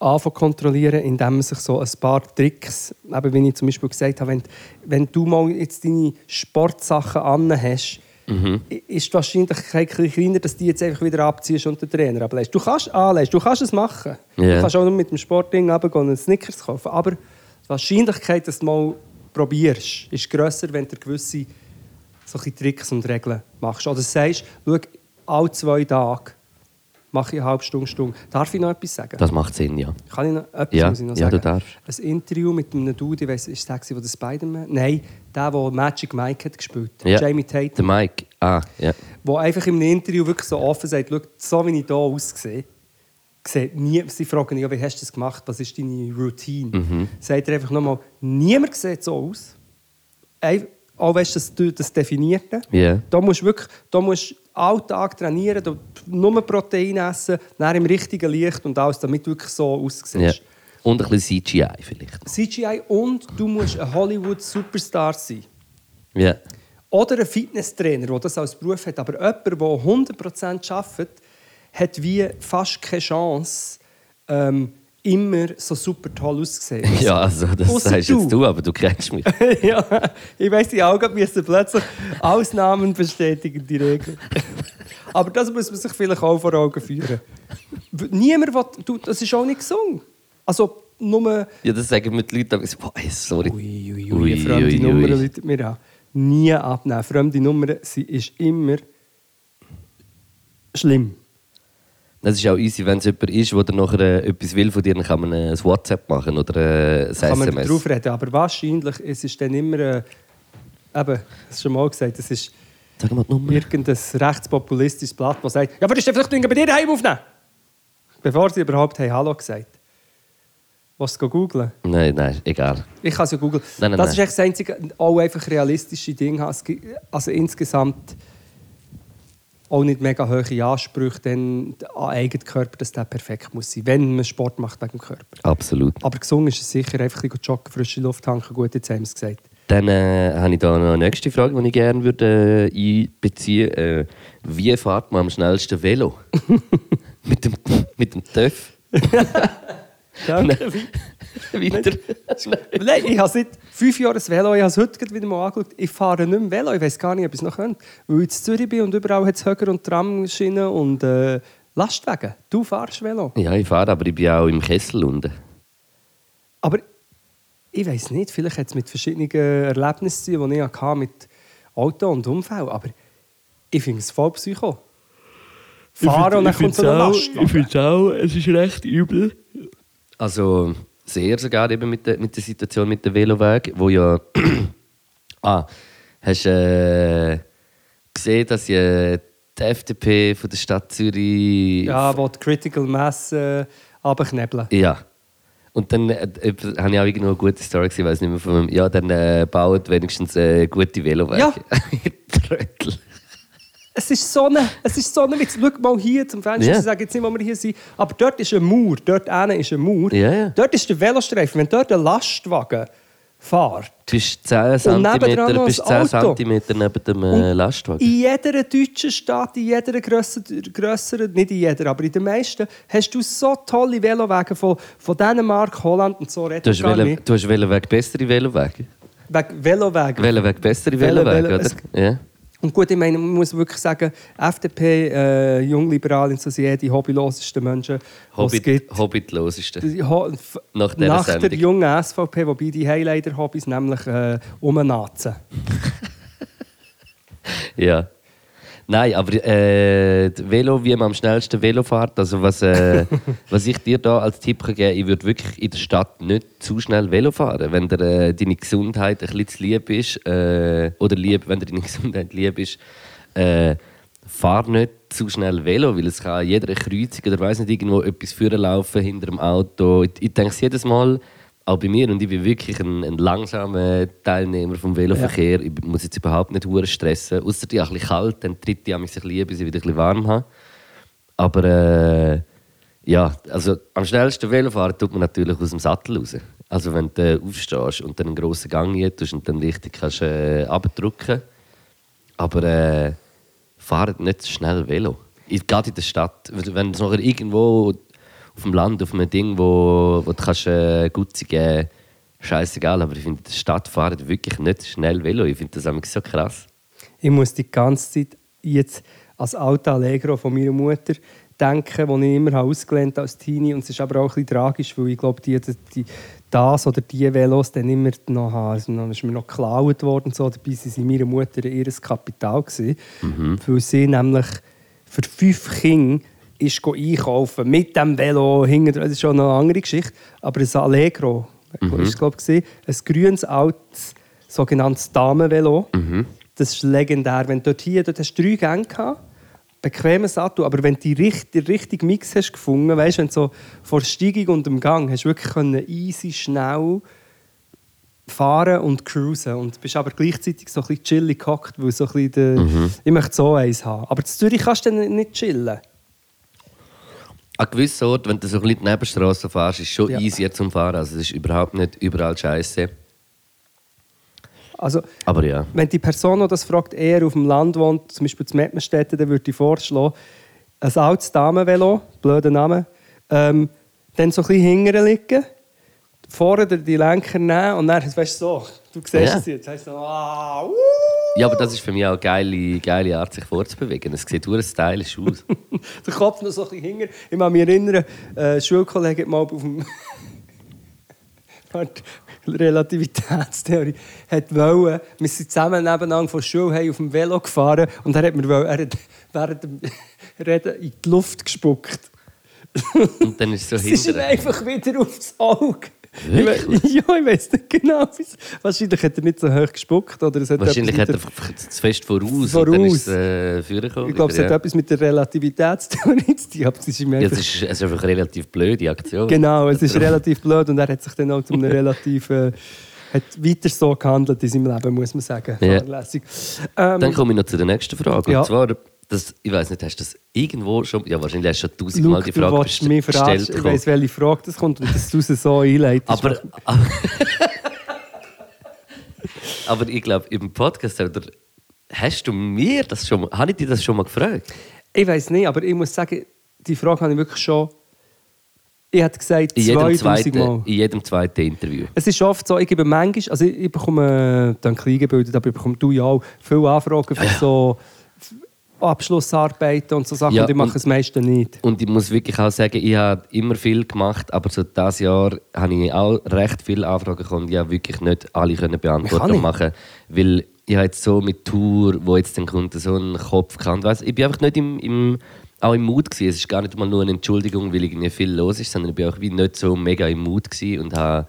Speaker 3: anfangen kontrollieren, indem man sich so ein paar Tricks, eben wie ich zum Beispiel gesagt habe, wenn, wenn du mal jetzt deine Sportsachen an hast, i- ist die Wahrscheinlichkeit ein bisschen kleiner, dass die jetzt einfach wieder abziehst und den Trainer ablässt. Du kannst anlässt, du kannst es machen.
Speaker 2: Ja.
Speaker 3: Du kannst auch nur mit dem Sportding runtergehen und Snickers kaufen, aber die Wahrscheinlichkeit, dass du mal probierst, ist grösser, wenn du gewisse solche Tricks und Regeln machst. Oder sagst, schau, alle zwei Tage mache ich eine halbe Stunde, Stunde. Darf ich noch etwas sagen?
Speaker 2: Das macht Sinn, ja.
Speaker 3: Kann ich noch etwas
Speaker 2: Ja,
Speaker 3: muss ich noch
Speaker 2: ja,
Speaker 3: sagen?
Speaker 2: du darfst.
Speaker 3: Ein Interview mit einem Dude, ich weiss, ist der, gewesen, der den Spider-Man... Nein, der, der Magic Mike hat gespielt
Speaker 2: ja.
Speaker 3: Jamie
Speaker 2: Der
Speaker 3: Tatum.
Speaker 2: Mike. Ah, ja.
Speaker 3: Der einfach im Interview wirklich so offen sagt, «Schau, so wie ich hier aussehe, sieht nie, sie fragen ihn, «Ja, wie hast du das gemacht, was ist deine Routine?
Speaker 2: Mhm.
Speaker 3: Sagt er einfach nochmal, niemand sieht so aus. Ein- Auch weißt du, das, du- das Definierte.
Speaker 2: Ja.
Speaker 3: Da musst du wirklich da musst du Alltag trainieren, da nur Protein essen, dann im richtigen Licht und alles, damit du wirklich so aussiehst.
Speaker 2: ja. Und ein bisschen CGI vielleicht.
Speaker 3: CGI und du musst ein Hollywood-Superstar sein.
Speaker 2: Ja.
Speaker 3: Oder ein Fitnesstrainer, der das als Beruf hat. Aber jemand, der 100% arbeitet, hat wie fast keine Chance, ähm, immer so super toll auszusehen.
Speaker 2: [laughs] Ja, also das
Speaker 3: Ausser
Speaker 2: sagst
Speaker 3: du.
Speaker 2: jetzt du, aber du kennst mich.
Speaker 3: [laughs] ja, ich weiss, die Augen müssen plötzlich Ausnahmen bestätigen, die Regel. Aber das muss man sich vielleicht auch vor Augen führen. W- Niemand will, du, das ist auch nicht gesungen. Also nur...
Speaker 2: Ja, das sagen mir die Leute, aber ich so, boah, ey, sorry.
Speaker 3: Ui, ui, ui,
Speaker 2: Ui,
Speaker 3: eine fremde
Speaker 2: ui,
Speaker 3: Nummer
Speaker 2: ui.
Speaker 3: läutet mir an. Nie abnehmen. Fremde Nummer sie ist immer schlimm.
Speaker 2: Das ist auch easy, wenn es jemand ist, der dann nachher äh, etwas will von dir, dann kann man äh, ein WhatsApp machen oder äh, ein
Speaker 3: Kann man
Speaker 2: SMS.
Speaker 3: drauf reden. Aber wahrscheinlich es ist dann immer. Äh, eben, das schon mal gesagt, es ist
Speaker 2: Sag mal die Nummer.
Speaker 3: irgendein rechtspopulistisches Blatt, das sagt: Ja, würdest du vielleicht Dinge bei dir heim aufnehmen? Bevor sie überhaupt haben Hallo gesagt Was go googlen?
Speaker 2: Nein, nein, egal.
Speaker 3: Ich kann es ja googeln. Das
Speaker 2: Nein, nein, nein.
Speaker 3: ist echt das einzige, auch einfach realistische Ding. Es gibt Also insgesamt auch nicht mega hohe Ansprüche denn an eigenen Körper, dass der perfekt muss sein, wenn man Sport macht wegen dem Körper.
Speaker 2: Absolut.
Speaker 3: Aber gesund ist es sicher, einfach ein bisschen joggen, frische Luft tanken, gut, jetzt haben wir es gesagt.
Speaker 2: Dann äh, habe ich da noch eine nächste Frage, die ich gerne würde, äh, einbeziehen würde. Äh, wie fährt man am schnellsten
Speaker 3: [laughs]
Speaker 2: Velo? mit dem, mit dem TÜV? [laughs]
Speaker 3: Danke.
Speaker 2: Weiter.
Speaker 3: Nein, ich habe seit fünf Jahren ein Velo, ich habe es heute gerade wieder mal angeschaut. Ich fahre nicht mehr Velo, ich weiß gar nicht, ob ich es noch könnte. Weil ich in Zürich bin und überall hat es Höcker und Tramschienen und äh, Lastwagen. Du fährst Velo.
Speaker 2: ja, ich fahre, aber ich bin auch im Kessel unten.
Speaker 3: Aber ich weiß nicht, vielleicht hat es mit verschiedenen Erlebnissen zu tun, die ich hatte mit Auto und Unfall. Aber ich finde es voll psycho. Fahren und dann kommt so eine Last.
Speaker 2: finde auch, es ist recht übel. Also sehr sogar eben mit der, mit der Situation mit dem Veloweg, wo ja... [clears throat] ah, hast du äh, gesehen, dass ja die FDP von der Stadt Zürich...
Speaker 3: Ja, wo die Critical Mass äh, runterknebeln.
Speaker 2: Ja. Und dann äh, äh, habe ich auch irgendwo eine gute Story gesehen, weiß nicht mehr von meinem. Ja, dann äh, bauen wenigstens äh, gute Velowege.
Speaker 3: Ja.
Speaker 2: Trödel.
Speaker 3: Es ist so eine, es ist so eine Witz. Schau mal hier zum Fenster,
Speaker 2: Ja.
Speaker 3: ich sage jetzt nicht, wo wir hier sind. Aber dort ist ein Mauer, dort hinten ist ein Mauer.
Speaker 2: Ja, ja.
Speaker 3: Dort ist der Velostreifen. Wenn dort ein Lastwagen fährt,
Speaker 2: [laughs] Du bist 10
Speaker 3: Und nebendran noch
Speaker 2: cm bist
Speaker 3: ein
Speaker 2: 10
Speaker 3: Auto.
Speaker 2: cm neben dem äh,
Speaker 3: Und
Speaker 2: Lastwagen.
Speaker 3: In jeder deutschen Stadt, in jeder grösseren, grösseren nicht in jeder, aber in den meisten, hast du so tolle Velowege von, von Dänemark, Holland und so.
Speaker 2: Du
Speaker 3: Reden
Speaker 2: hast, Velo, du hast Veloweg bessere Velowege.
Speaker 3: Wegen Velowege.
Speaker 2: Veloweg bessere
Speaker 3: Velo-
Speaker 2: Velowege,
Speaker 3: Velo-
Speaker 2: oder? Ja.
Speaker 3: und gut, ich meine, man muss wirklich sagen, FDP, äh, Jungliberalin, so sind die hobbylosesten Menschen, die es
Speaker 2: Hobbit,
Speaker 3: gibt.
Speaker 2: Hobbitlosesten.
Speaker 3: Die Ho- f-
Speaker 2: Nach dieser
Speaker 3: nach der
Speaker 2: Sendung.
Speaker 3: jungen SVP, wobei die Highlighter-Hobbys nämlich äh, umnazen.
Speaker 2: Ja. Nein, aber äh, das Velo, wie man am schnellsten Velo fährt, also was, äh, was ich dir da als Tipp kann geben kann, ich würde wirklich in der Stadt nicht zu schnell Velo fahren. Wenn dir äh, deine Gesundheit ein bisschen zu lieb ist, äh, oder lieb, wenn dir deine [laughs] Gesundheit lieb ist, äh, fahr nicht zu schnell Velo, weil es kann an jeder Kreuzung oder weiß nicht irgendwo etwas führen laufen hinter dem Auto. Ich, ich denke es jedes Mal, auch bei mir, und ich bin wirklich ein, ein langsamer Teilnehmer vom Veloverkehr. Ich muss jetzt überhaupt nicht hure stressen. Außer die ist ein bisschen kalt, dann tritt die an mich ein bisschen ein, bis ich wieder ein bisschen warm habe. Aber äh, ja, also am schnellsten Velofahren tut man natürlich aus dem Sattel raus. Also wenn du äh, aufstehst und dann einen grossen Gang tust und dann richtig kannst äh, abdrücken. Aber äh, fahrt nicht zu schnell Velo. Ich- Gerade in der Stadt. Wenn es nachher irgendwo auf dem Land, auf einem Ding, wo, wo du kannst, äh, Gutzi geben Scheißegal, aber ich finde, in der Stadt fahren wirklich nicht schnell Velo. Ich finde das immer so krass.
Speaker 3: Ich muss die ganze Zeit jetzt als Alta Allegro von meiner Mutter denken, die ich immer habe ausgelernt habe als Teenie. Und es ist aber auch ein bisschen tragisch, weil ich glaube, die, die, das oder die Velos dann immer noch haben. Also dann ist mir noch geklaut worden. und So. Dabei waren sie meiner Mutter ihr Kapital. Gewesen, Weil sie nämlich für fünf Kinder ist go einkaufen mit dem Velo. hinter- Das ist schon eine andere Geschichte. Aber ein Allegro mhm. ist, glaube ich, gewesen. ein grünes, altes, sogenanntes Damenvelo. Das ist legendär. Wenn du dort hier, dort hast du drei Gänge gehabt, bequemer Sattel, aber wenn du die richt- den richtigen Mix hast gefunden, weißt, wenn du so vor der Steigung und dem Gang hast du wirklich können easy, schnell fahren und cruisen und bist aber gleichzeitig so ein bisschen chillig gehockt, weil so ein bisschen der, ich möchte so eins haben. Aber in Zürich kannst du dann nicht chillen.
Speaker 2: An gewissen Orten, wenn du so ein bisschen die Nebenstrasse fährst, ist es schon
Speaker 3: Ja.
Speaker 2: easier zum Fahren. Also es ist überhaupt nicht überall scheiße.
Speaker 3: Also,
Speaker 2: Aber ja.
Speaker 3: wenn die Person, die das fragt, eher auf dem Land wohnt, zum Beispiel in Mettenstädten, dann würde ich vorschlagen, ein altes Damenvelo, blöder Name, ähm, dann so ein bisschen hinterher liegen, vorne den- die Lenker nehmen und dann, weißt du, so, du siehst
Speaker 2: Ja.
Speaker 3: es jetzt, heißt so, ah, uh.
Speaker 2: Ja, aber das ist für mich auch eine geile, geile Art, sich vorzubewegen. Es sieht ur stylisch aus.
Speaker 3: der Kopf noch so ein bisschen hinterher. Ich kann mich erinnern, äh, ein Schulkollege hat mal auf dem... [laughs] Warte, Relativitätstheorie, hat wollen, wir sind zusammen nebeneinander von der Schule heim auf dem Velo gefahren und er hat mir wollen, er hat während [laughs] dem Reden in die Luft gespuckt.
Speaker 2: Und dann ist es so
Speaker 3: [laughs] Es ist ihm
Speaker 2: hinterher.
Speaker 3: einfach wieder aufs Auge.
Speaker 2: Wirklich?
Speaker 3: Ich we- [laughs] ja, ich weiß nicht genau. wie's- Wahrscheinlich hat er nicht so hoch gespuckt. Oder es hat
Speaker 2: Wahrscheinlich hat
Speaker 3: etwas
Speaker 2: er
Speaker 3: mit
Speaker 2: f- zu fest voraus, und dann
Speaker 3: Voraus.
Speaker 2: ist es äh, vorgekommen
Speaker 3: der, Ich glaube, es
Speaker 2: wieder,
Speaker 3: hat etwas mit der Relativitätstheorie zu tun. aber es ist ihm
Speaker 2: ja. ja,
Speaker 3: einfach-
Speaker 2: es ist, es ist einfach eine relativ blöde Aktion.
Speaker 3: Genau, es ist relativ blöd und er hat sich dann auch
Speaker 2: [laughs]
Speaker 3: zu einem relativ. Äh, hat weiter so gehandelt in seinem Leben, muss man sagen.
Speaker 2: Ja.
Speaker 3: Fahrlässig. Ähm,
Speaker 2: Dann komme ich noch zu der nächsten Frage.
Speaker 3: Ja.
Speaker 2: Und zwar, das, ich weiß nicht, hast du das irgendwo schon. Ja, wahrscheinlich hast du schon tausendmal
Speaker 3: Luke,
Speaker 2: die
Speaker 3: du
Speaker 2: Frage
Speaker 3: willst mich
Speaker 2: gest-
Speaker 3: verarschen. Ich
Speaker 2: bekommen.
Speaker 3: weiss, welche Frage das kommt und dass du sie so einleitest.
Speaker 2: Aber, [laughs] aber ich glaube, im Podcast, oder, hast du mir das schon mal, habe ich dir das schon mal gefragt?
Speaker 3: ich weiß nicht, aber ich muss sagen, die Frage habe ich wirklich schon. Ich hätte gesagt,
Speaker 2: In jedem,
Speaker 3: 2000
Speaker 2: zweiten,
Speaker 3: Mal.
Speaker 2: in jedem zweiten Interview.
Speaker 3: Es ist oft so, ich gebe manchmal, also ich, ich bekomme äh, dann klein gebildet, aber ich bekomme du ja auch viele Anfragen für so Abschlussarbeiten und so Sachen
Speaker 2: Ja,
Speaker 3: und ich mache
Speaker 2: und-
Speaker 3: es meistens nicht.
Speaker 2: Und ich muss wirklich auch sagen, ich habe immer viel gemacht, aber so dieses Jahr habe ich auch recht viele Anfragen bekommen, die ich habe wirklich nicht alle können
Speaker 3: Kann
Speaker 2: beantworten
Speaker 3: ich?
Speaker 2: und machen Weil ich habe jetzt so mit Tour, wo jetzt den Kunden so einen Kopf kann. Weiss, ich bin einfach nicht im, im, auch im Mut. Gewesen. Es ist gar nicht mal nur eine Entschuldigung, weil irgendwie viel los ist, sondern ich bin auch wie nicht so mega im Mut gewesen und habe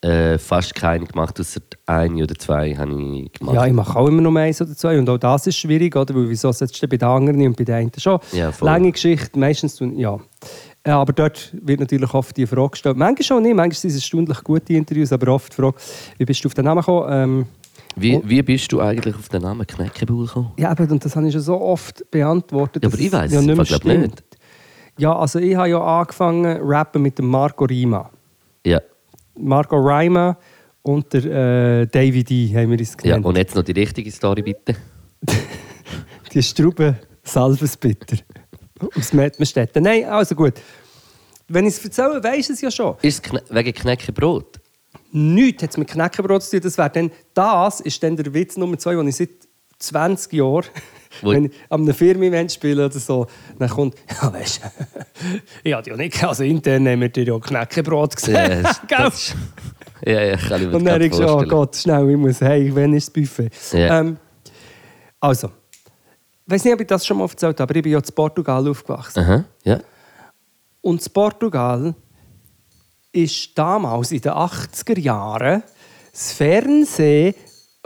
Speaker 2: äh, fast keine gemacht, außer eine oder zwei habe ich gemacht.
Speaker 3: Ja, ich mache auch immer nur eins oder zwei. Und auch das ist schwierig, oder? Weil wieso setzt du bei den anderen nicht und bei den einen schon?
Speaker 2: Ja, voll.
Speaker 3: Lange Geschichte, meistens tun, ja. Äh, Aber dort wird natürlich oft die Frage gestellt. Manchmal schon nicht, manchmal sind es stündlich gute Interviews, aber oft die Frage, wie bist du auf den Namen gekommen? Ähm,
Speaker 2: wie, wie bist du eigentlich auf den Namen Knäckebuhl gekommen?
Speaker 3: ja, eben, und das habe ich schon so oft beantwortet.
Speaker 2: Ja,
Speaker 3: dass
Speaker 2: aber ich
Speaker 3: es
Speaker 2: weiss
Speaker 3: ja
Speaker 2: es
Speaker 3: nicht mehr
Speaker 2: im Fall, glaub ich,
Speaker 3: stimmt. Ja, also ich habe ja angefangen rappen mit dem Marco Rima.
Speaker 2: Ja.
Speaker 3: Marco Rima und der äh, Davy D haben wir uns
Speaker 2: ja.
Speaker 3: genannt.
Speaker 2: Und jetzt noch die richtige Story, bitte.
Speaker 3: Die Strube Salvesbitter aus Mettmerstetten. Nein, also gut. Wenn ich es erzähle, weisst du es ja schon.
Speaker 2: Ist es kn wegen Knäckebrot?
Speaker 3: Nichts hat es mit Knäckebrot zu tun. Das, wär dann, das ist dann der Witz Nummer zwei, den ich seit 20 Jahren,
Speaker 2: Wo-
Speaker 3: wenn ich an einem Firmen-Event spiele oder so, dann kommt, [laughs] ja weisst du, ich hatte ja nicht, also intern haben wir dir ja Knäckebrot gesehen.
Speaker 2: das-
Speaker 3: [laughs] Gell?
Speaker 2: das ist- ja, ja, kann ich mir
Speaker 3: Und dann
Speaker 2: gerade
Speaker 3: ich gesagt, oh
Speaker 2: vorstellen.
Speaker 3: Gott, schnell, ich muss, hey, wann ist das Buffet?
Speaker 2: Ja.
Speaker 3: Ähm, also, ich weiß nicht, ob ich das schon mal erzählt habe, aber ich bin ja in Portugal aufgewachsen.
Speaker 2: Aha, ja.
Speaker 3: Und in Portugal ist damals in den 80er Jahren das Fernsehen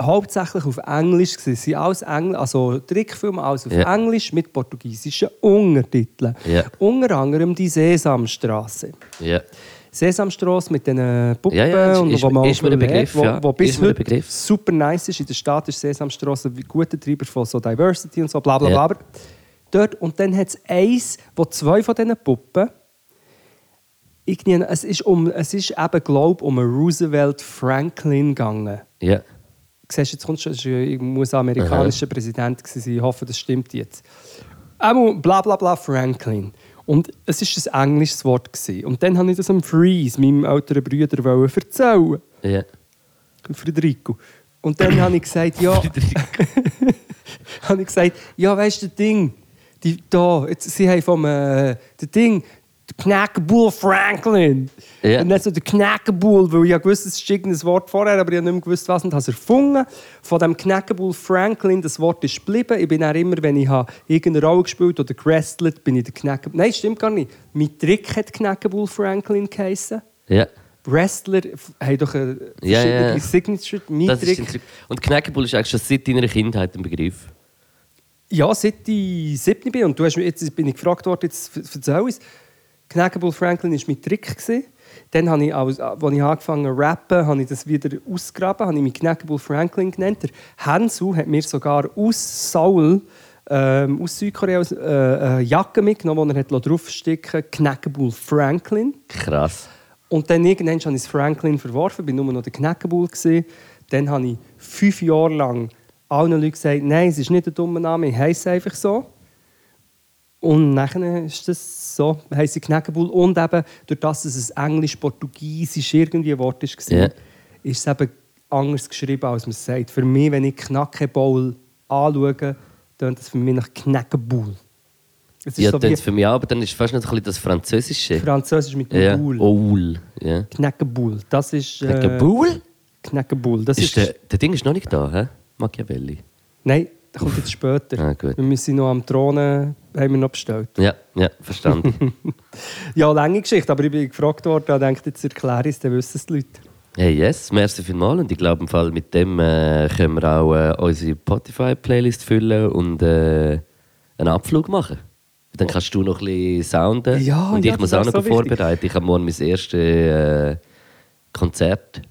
Speaker 3: hauptsächlich auf Englisch gewesen. Sie alles Engl also Trickfilme alles auf
Speaker 2: Ja.
Speaker 3: Englisch mit portugiesischen Untertiteln.
Speaker 2: Ja.
Speaker 3: Unter anderem die Sesamstraße.
Speaker 2: ja.
Speaker 3: Sesamstraße mit den Puppen
Speaker 2: Ja, ja, ist-
Speaker 3: und
Speaker 2: ist-
Speaker 3: wo man
Speaker 2: ist mir ein Begriff,
Speaker 3: wo,
Speaker 2: ja.
Speaker 3: wo bis
Speaker 2: Ist mir ein
Speaker 3: heute
Speaker 2: Begriff.
Speaker 3: super nice ist in der Stadt ist Sesamstraße ein guter Treiber von so Diversity und so bla bla bla.
Speaker 2: Ja.
Speaker 3: Aber dort und dann hat es eins, wo zwei von diesen Puppen ich nenne, es ist um es ist eben glaube um einen Roosevelt Franklin gegangen.
Speaker 2: ja.
Speaker 3: Siehst du, jetzt kommt schon, es ist ja ein US-amerikanischer Präsident gewesen, ich hoffe, das stimmt jetzt. Ähm, bla bla bla Franklin. Und es war ein englisches Wort. Gewesen. Und dann wollte ich das einem Freeze, meinem älteren Bruder, wollen erzählen.
Speaker 2: Ja.
Speaker 3: Frederico. Und dann habe ich gesagt, ja. [laughs] habe ich gesagt, ja, weißt du, das Ding, die, da, jetzt, sie haben vom äh, das Ding, der Knackenbull Franklin.
Speaker 2: Ja.
Speaker 3: Und dann so der Knackenbull, weil ich ja gewusst, es ist irgendein Wort vorher, aber ich habe nicht mehr gewusst, was und habe es erfunden. Von dem Knackenbull Franklin, das Wort ist geblieben. Ich bin auch immer, wenn ich habe irgendeine Rolle gespielt oder gerestelt, bin ich der Knackenbull. Nein, stimmt gar nicht. Mein Trick hat Knackenbull Franklin geheißen.
Speaker 2: Ja.
Speaker 3: Wrestler f- haben doch eine
Speaker 2: Ja,
Speaker 3: verschiedene
Speaker 2: ja.
Speaker 3: Signature, mein
Speaker 2: Das ist
Speaker 3: Trick.
Speaker 2: dein Trick. Und Knäckebull ist eigentlich schon seit deiner Kindheit ein Begriff.
Speaker 3: Ja, seit ich siebten bin und du hast mich, jetzt bin ich gefragt worden, jetzt f- erzähl es. Knackenbull Franklin war mein Trick. Gewesen. Dann habe ich, als, als ich angefangen zu rappen, habe ich das wieder ausgegraben, habe ich mich Knackenbull Franklin genannt. Der Hansu hat mir sogar aus Seoul, ähm, aus Südkorea, aus, äh, eine Jacke mitgenommen, die er hat draufstecken lassen, Knackenbull Franklin.
Speaker 2: Krass.
Speaker 3: Und dann irgendwann habe ich es Franklin verworfen, bin nur noch der Knäckebull. gewesen. Dann habe ich fünf Jahre lang allen Leuten gesagt, nein, es ist nicht ein dummer Name, ich heiße einfach so. Und nachher ist das so, heisse ich Knäckebull. Und eben, durch das, dass es englisch-portugiesisch irgendwie ein Wort war,
Speaker 2: Ja.
Speaker 3: ist es eben anders geschrieben, als man es sagt. Für mich, wenn ich Knackebull anschaue, tönt das für mich nach Knäckebull. Es ist
Speaker 2: Ja,
Speaker 3: so
Speaker 2: das
Speaker 3: wie
Speaker 2: ist für mich auch, aber dann ist fast noch ein bisschen das Französische.
Speaker 3: Französisch mit
Speaker 2: ja. Oh.
Speaker 3: Bull.
Speaker 2: Oul.
Speaker 3: Äh,
Speaker 2: Ja.
Speaker 3: Knäckebull. Das ist. äh,
Speaker 2: Knäckebull?
Speaker 3: Knäckebull. Das
Speaker 2: Ist
Speaker 3: ist.
Speaker 2: der, der Ding ist noch nicht da, hä? Machiavelli.
Speaker 3: Nein, das kommt jetzt später.
Speaker 2: Ah, gut.
Speaker 3: Wir müssen noch am Thron äh, haben wir noch bestellt.
Speaker 2: Ja, ja, verstanden.
Speaker 3: Ja, lange Geschichte, aber ich bin gefragt worden. Ich denke, jetzt erkläre ich es, dann wissen es die Leute.
Speaker 2: hey, yes, merci vielmals. Und ich glaube, im Fall mit dem äh, können wir auch äh, unsere Spotify-Playlist füllen und äh, einen Abflug machen. Dann kannst du noch ein bisschen sounden.
Speaker 3: Ja,
Speaker 2: und ich
Speaker 3: ja, das
Speaker 2: muss auch
Speaker 3: wär
Speaker 2: noch
Speaker 3: so wichtig.
Speaker 2: vorbereiten. Ich habe morgen mein erstes äh, Konzert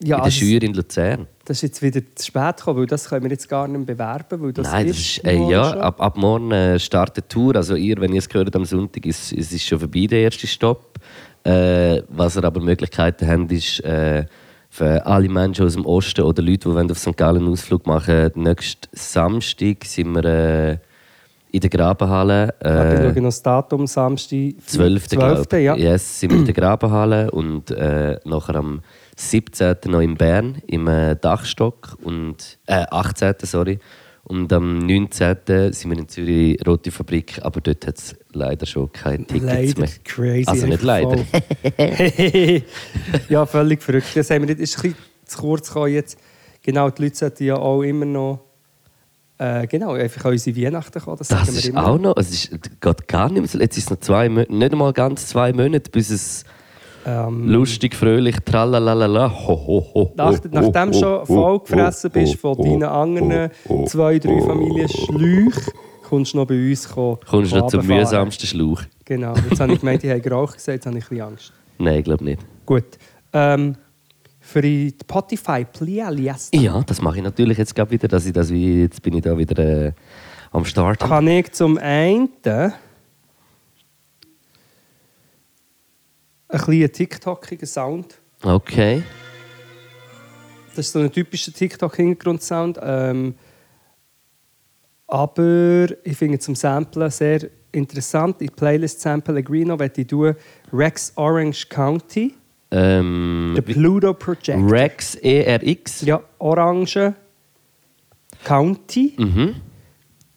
Speaker 3: Ja,
Speaker 2: in der
Speaker 3: also,
Speaker 2: Schür in Luzern.
Speaker 3: das ist jetzt wieder zu spät gekommen, weil das können wir jetzt gar nicht mehr bewerben. Weil das
Speaker 2: Nein, das
Speaker 3: ist
Speaker 2: ist, äh,
Speaker 3: morgen
Speaker 2: ja,
Speaker 3: schon.
Speaker 2: ab, ab morgen äh, startet die Tour. Also ihr, wenn ihr es gehört am Sonntag, ist es ist schon vorbei, der erste Stopp. Äh, was ihr aber Möglichkeiten habt, ist äh, für alle Menschen aus dem Osten oder Leute, die wollen auf St. Gallen einen Ausflug machen nächsten Samstag sind wir äh, in der Grabenhalle.
Speaker 3: Ja, Wir
Speaker 2: Äh,
Speaker 3: schauen noch das Datum, Samstag.
Speaker 2: 12.
Speaker 3: 12.
Speaker 2: glaub ich.
Speaker 3: ja.
Speaker 2: Yes, sind wir in der Grabenhalle und äh, nachher am 17. noch in Bern im äh, Dachstock und äh, 18. sorry. Und am 19. sind wir in Zürich Rote Fabrik, aber dort hat es leider schon keine Tickets
Speaker 3: Leider,
Speaker 2: mehr.
Speaker 3: crazy.
Speaker 2: Also nicht
Speaker 3: einfach
Speaker 2: leider.
Speaker 3: voll. [laughs] ja, völlig verrückt. Das haben wir nicht, ist ein bisschen zu kurz gekommen jetzt. Genau, die Leute sollten ja auch immer noch äh, genau, einfach an unsere Weihnachten kommen. Das,
Speaker 2: Das
Speaker 3: sagen wir
Speaker 2: ist
Speaker 3: immer.
Speaker 2: auch noch, es ist, geht gar nicht mehr so. Jetzt ist es noch zwei Monate, nicht einmal ganz zwei Monate, bis es
Speaker 3: Ähm,
Speaker 2: lustig, fröhlich, tralalala, ho, ho, ho,
Speaker 3: nach,
Speaker 2: ho,
Speaker 3: nachdem du
Speaker 2: ho,
Speaker 3: schon
Speaker 2: ho,
Speaker 3: voll gefressen
Speaker 2: ho, ho,
Speaker 3: bist von
Speaker 2: ho,
Speaker 3: deinen
Speaker 2: ho,
Speaker 3: anderen
Speaker 2: ho,
Speaker 3: zwei, drei
Speaker 2: ho.
Speaker 3: Familien Schläuch, kommst du noch bei uns kommen.
Speaker 2: Kommst du noch zum
Speaker 3: runterfahren.
Speaker 2: mühsamsten Schlauch?
Speaker 3: Genau, jetzt habe ich gemeint, ich habe Rauch gesagt, jetzt habe ich ein bisschen Angst.
Speaker 2: Nein, ich glaube nicht.
Speaker 3: Gut. Ähm, für die Spotify Playlist
Speaker 2: Ja, das mache ich natürlich jetzt gerade wieder, dass ich das wie jetzt bin ich da wieder äh, am Start.
Speaker 3: kann ich zum einen ein bisschen TikTokigen Sound.
Speaker 2: Okay.
Speaker 3: Das ist so ein typischer TikTok-Hintergrundsound. Ähm, aber ich finde zum Samplen sehr interessant. In die Playlist Sample Agrino werde ich tun Rex Orange County,
Speaker 2: Ähm,
Speaker 3: The Pluto Project.
Speaker 2: Rex E ERX.
Speaker 3: Ja, Orange County,
Speaker 2: Mhm.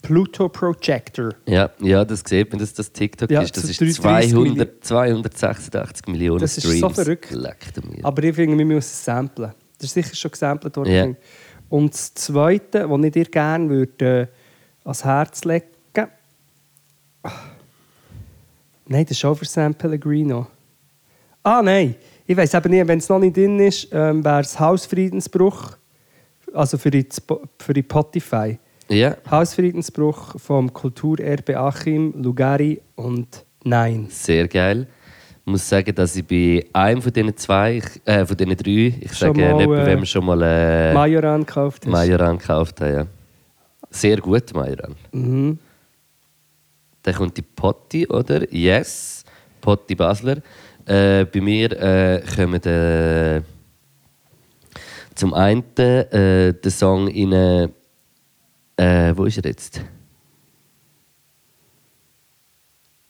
Speaker 3: Pluto Projector.
Speaker 2: Ja, ja, das sieht man, dass das TikTok
Speaker 3: Ja,
Speaker 2: ist. Das
Speaker 3: so
Speaker 2: ist
Speaker 3: 33
Speaker 2: 200, 286 Millionen
Speaker 3: Das ist so
Speaker 2: Streams.
Speaker 3: verrückt.
Speaker 2: Leckt mir.
Speaker 3: Aber ich finde, wir müssen es samplen. Das ist sicher schon gesampelt worden.
Speaker 2: Ja.
Speaker 3: Und das Zweite, was ich dir gerne würde, äh, ans Herz legen Ah. Nein, das ist auch für San Pellegrino. Ah, nein. Ich weiß eben nicht, wenn es noch nicht drin ist, ähm, wäre es Hausfriedensbruch. Also für die, Spo- für die Spotify.
Speaker 2: Ja,
Speaker 3: Hausfriedensbruch vom Kulturerbe Achim, Lugari und Nein.
Speaker 2: sehr geil. Ich muss sagen, dass ich bei einem von diesen zwei, ich- äh, von diesen drei, ich
Speaker 3: Schon
Speaker 2: sage
Speaker 3: mal,
Speaker 2: nicht, bei
Speaker 3: äh,
Speaker 2: wem schon mal äh,
Speaker 3: Majoran gekauft hast.
Speaker 2: Majoran gekauft habe. Ja. Sehr gut, Majoran.
Speaker 3: Mhm.
Speaker 2: Dann kommt die Potti, oder? Yes, Potti Basler. Äh, bei mir äh, kommen äh, zum einen äh, der Song in. Äh, äh, wo ist er jetzt?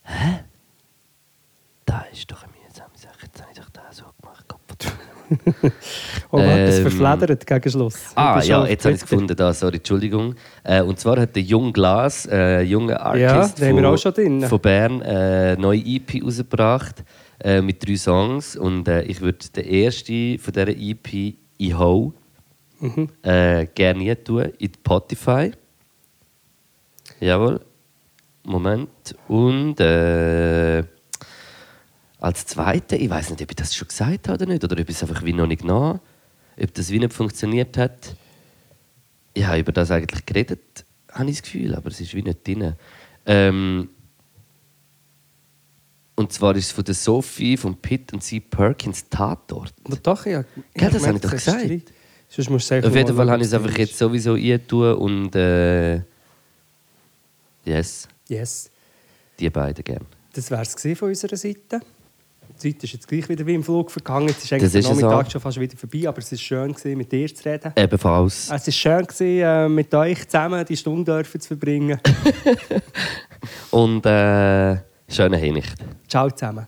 Speaker 2: Hä? Das ist doch eine mühsame Sache. Jetzt habe ich doch das so gemacht. Kaputt.
Speaker 3: Oh, ähm, das
Speaker 2: Ähm.
Speaker 3: verfledert gegen Schluss.
Speaker 2: Ah,
Speaker 3: Überschrift,
Speaker 2: ja, jetzt habe ich es
Speaker 3: bitte.
Speaker 2: gefunden. Da, sorry, Entschuldigung. Äh, und zwar hat der Jung Glas, äh, junge Artist
Speaker 3: Ja, den haben wir auch schon drin.
Speaker 2: von Bern, äh, eine neue EP rausgebracht äh, mit drei Songs. Und äh, ich würde den ersten von dieser EP «I Ho»
Speaker 3: Mhm.
Speaker 2: äh, gerne hier tun, in die Spotify. Jawohl. Moment. Und äh, als Zweite, ich weiß nicht, ob ich das schon gesagt habe oder nicht, oder ob ich es einfach wie noch nicht nah, ob das wie nicht funktioniert hat. Ich habe über das eigentlich geredet, habe ich das Gefühl, aber es ist wie nicht drin. Ähm, und zwar ist es von der Sophie, von Pitt und sie Perkins Tatort.
Speaker 3: Aber doch, ja.
Speaker 2: das
Speaker 3: gemerkt,
Speaker 2: habe ich doch
Speaker 3: das ist
Speaker 2: gesagt.
Speaker 3: drei. Sonst musst du sagen,
Speaker 2: Auf jeden
Speaker 3: wo
Speaker 2: Fall habe ich es
Speaker 3: das
Speaker 2: einfach
Speaker 3: ist.
Speaker 2: jetzt sowieso eingetan und äh, yes,
Speaker 3: Yes.
Speaker 2: die beiden gerne.
Speaker 3: Das wäre es von unserer Seite. Die Zeit ist jetzt gleich wieder wie im Flug vergangen. Jetzt ist eigentlich
Speaker 2: Das
Speaker 3: der
Speaker 2: ist so.
Speaker 3: Nachmittag schon fast wieder vorbei, aber es war schön, gewesen, mit dir zu reden.
Speaker 2: Ebenfalls.
Speaker 3: Es war schön, gewesen, äh, mit euch zusammen die Stunde dürfen zu verbringen.
Speaker 2: Und äh, schöne Hinricht.
Speaker 3: Ciao zusammen.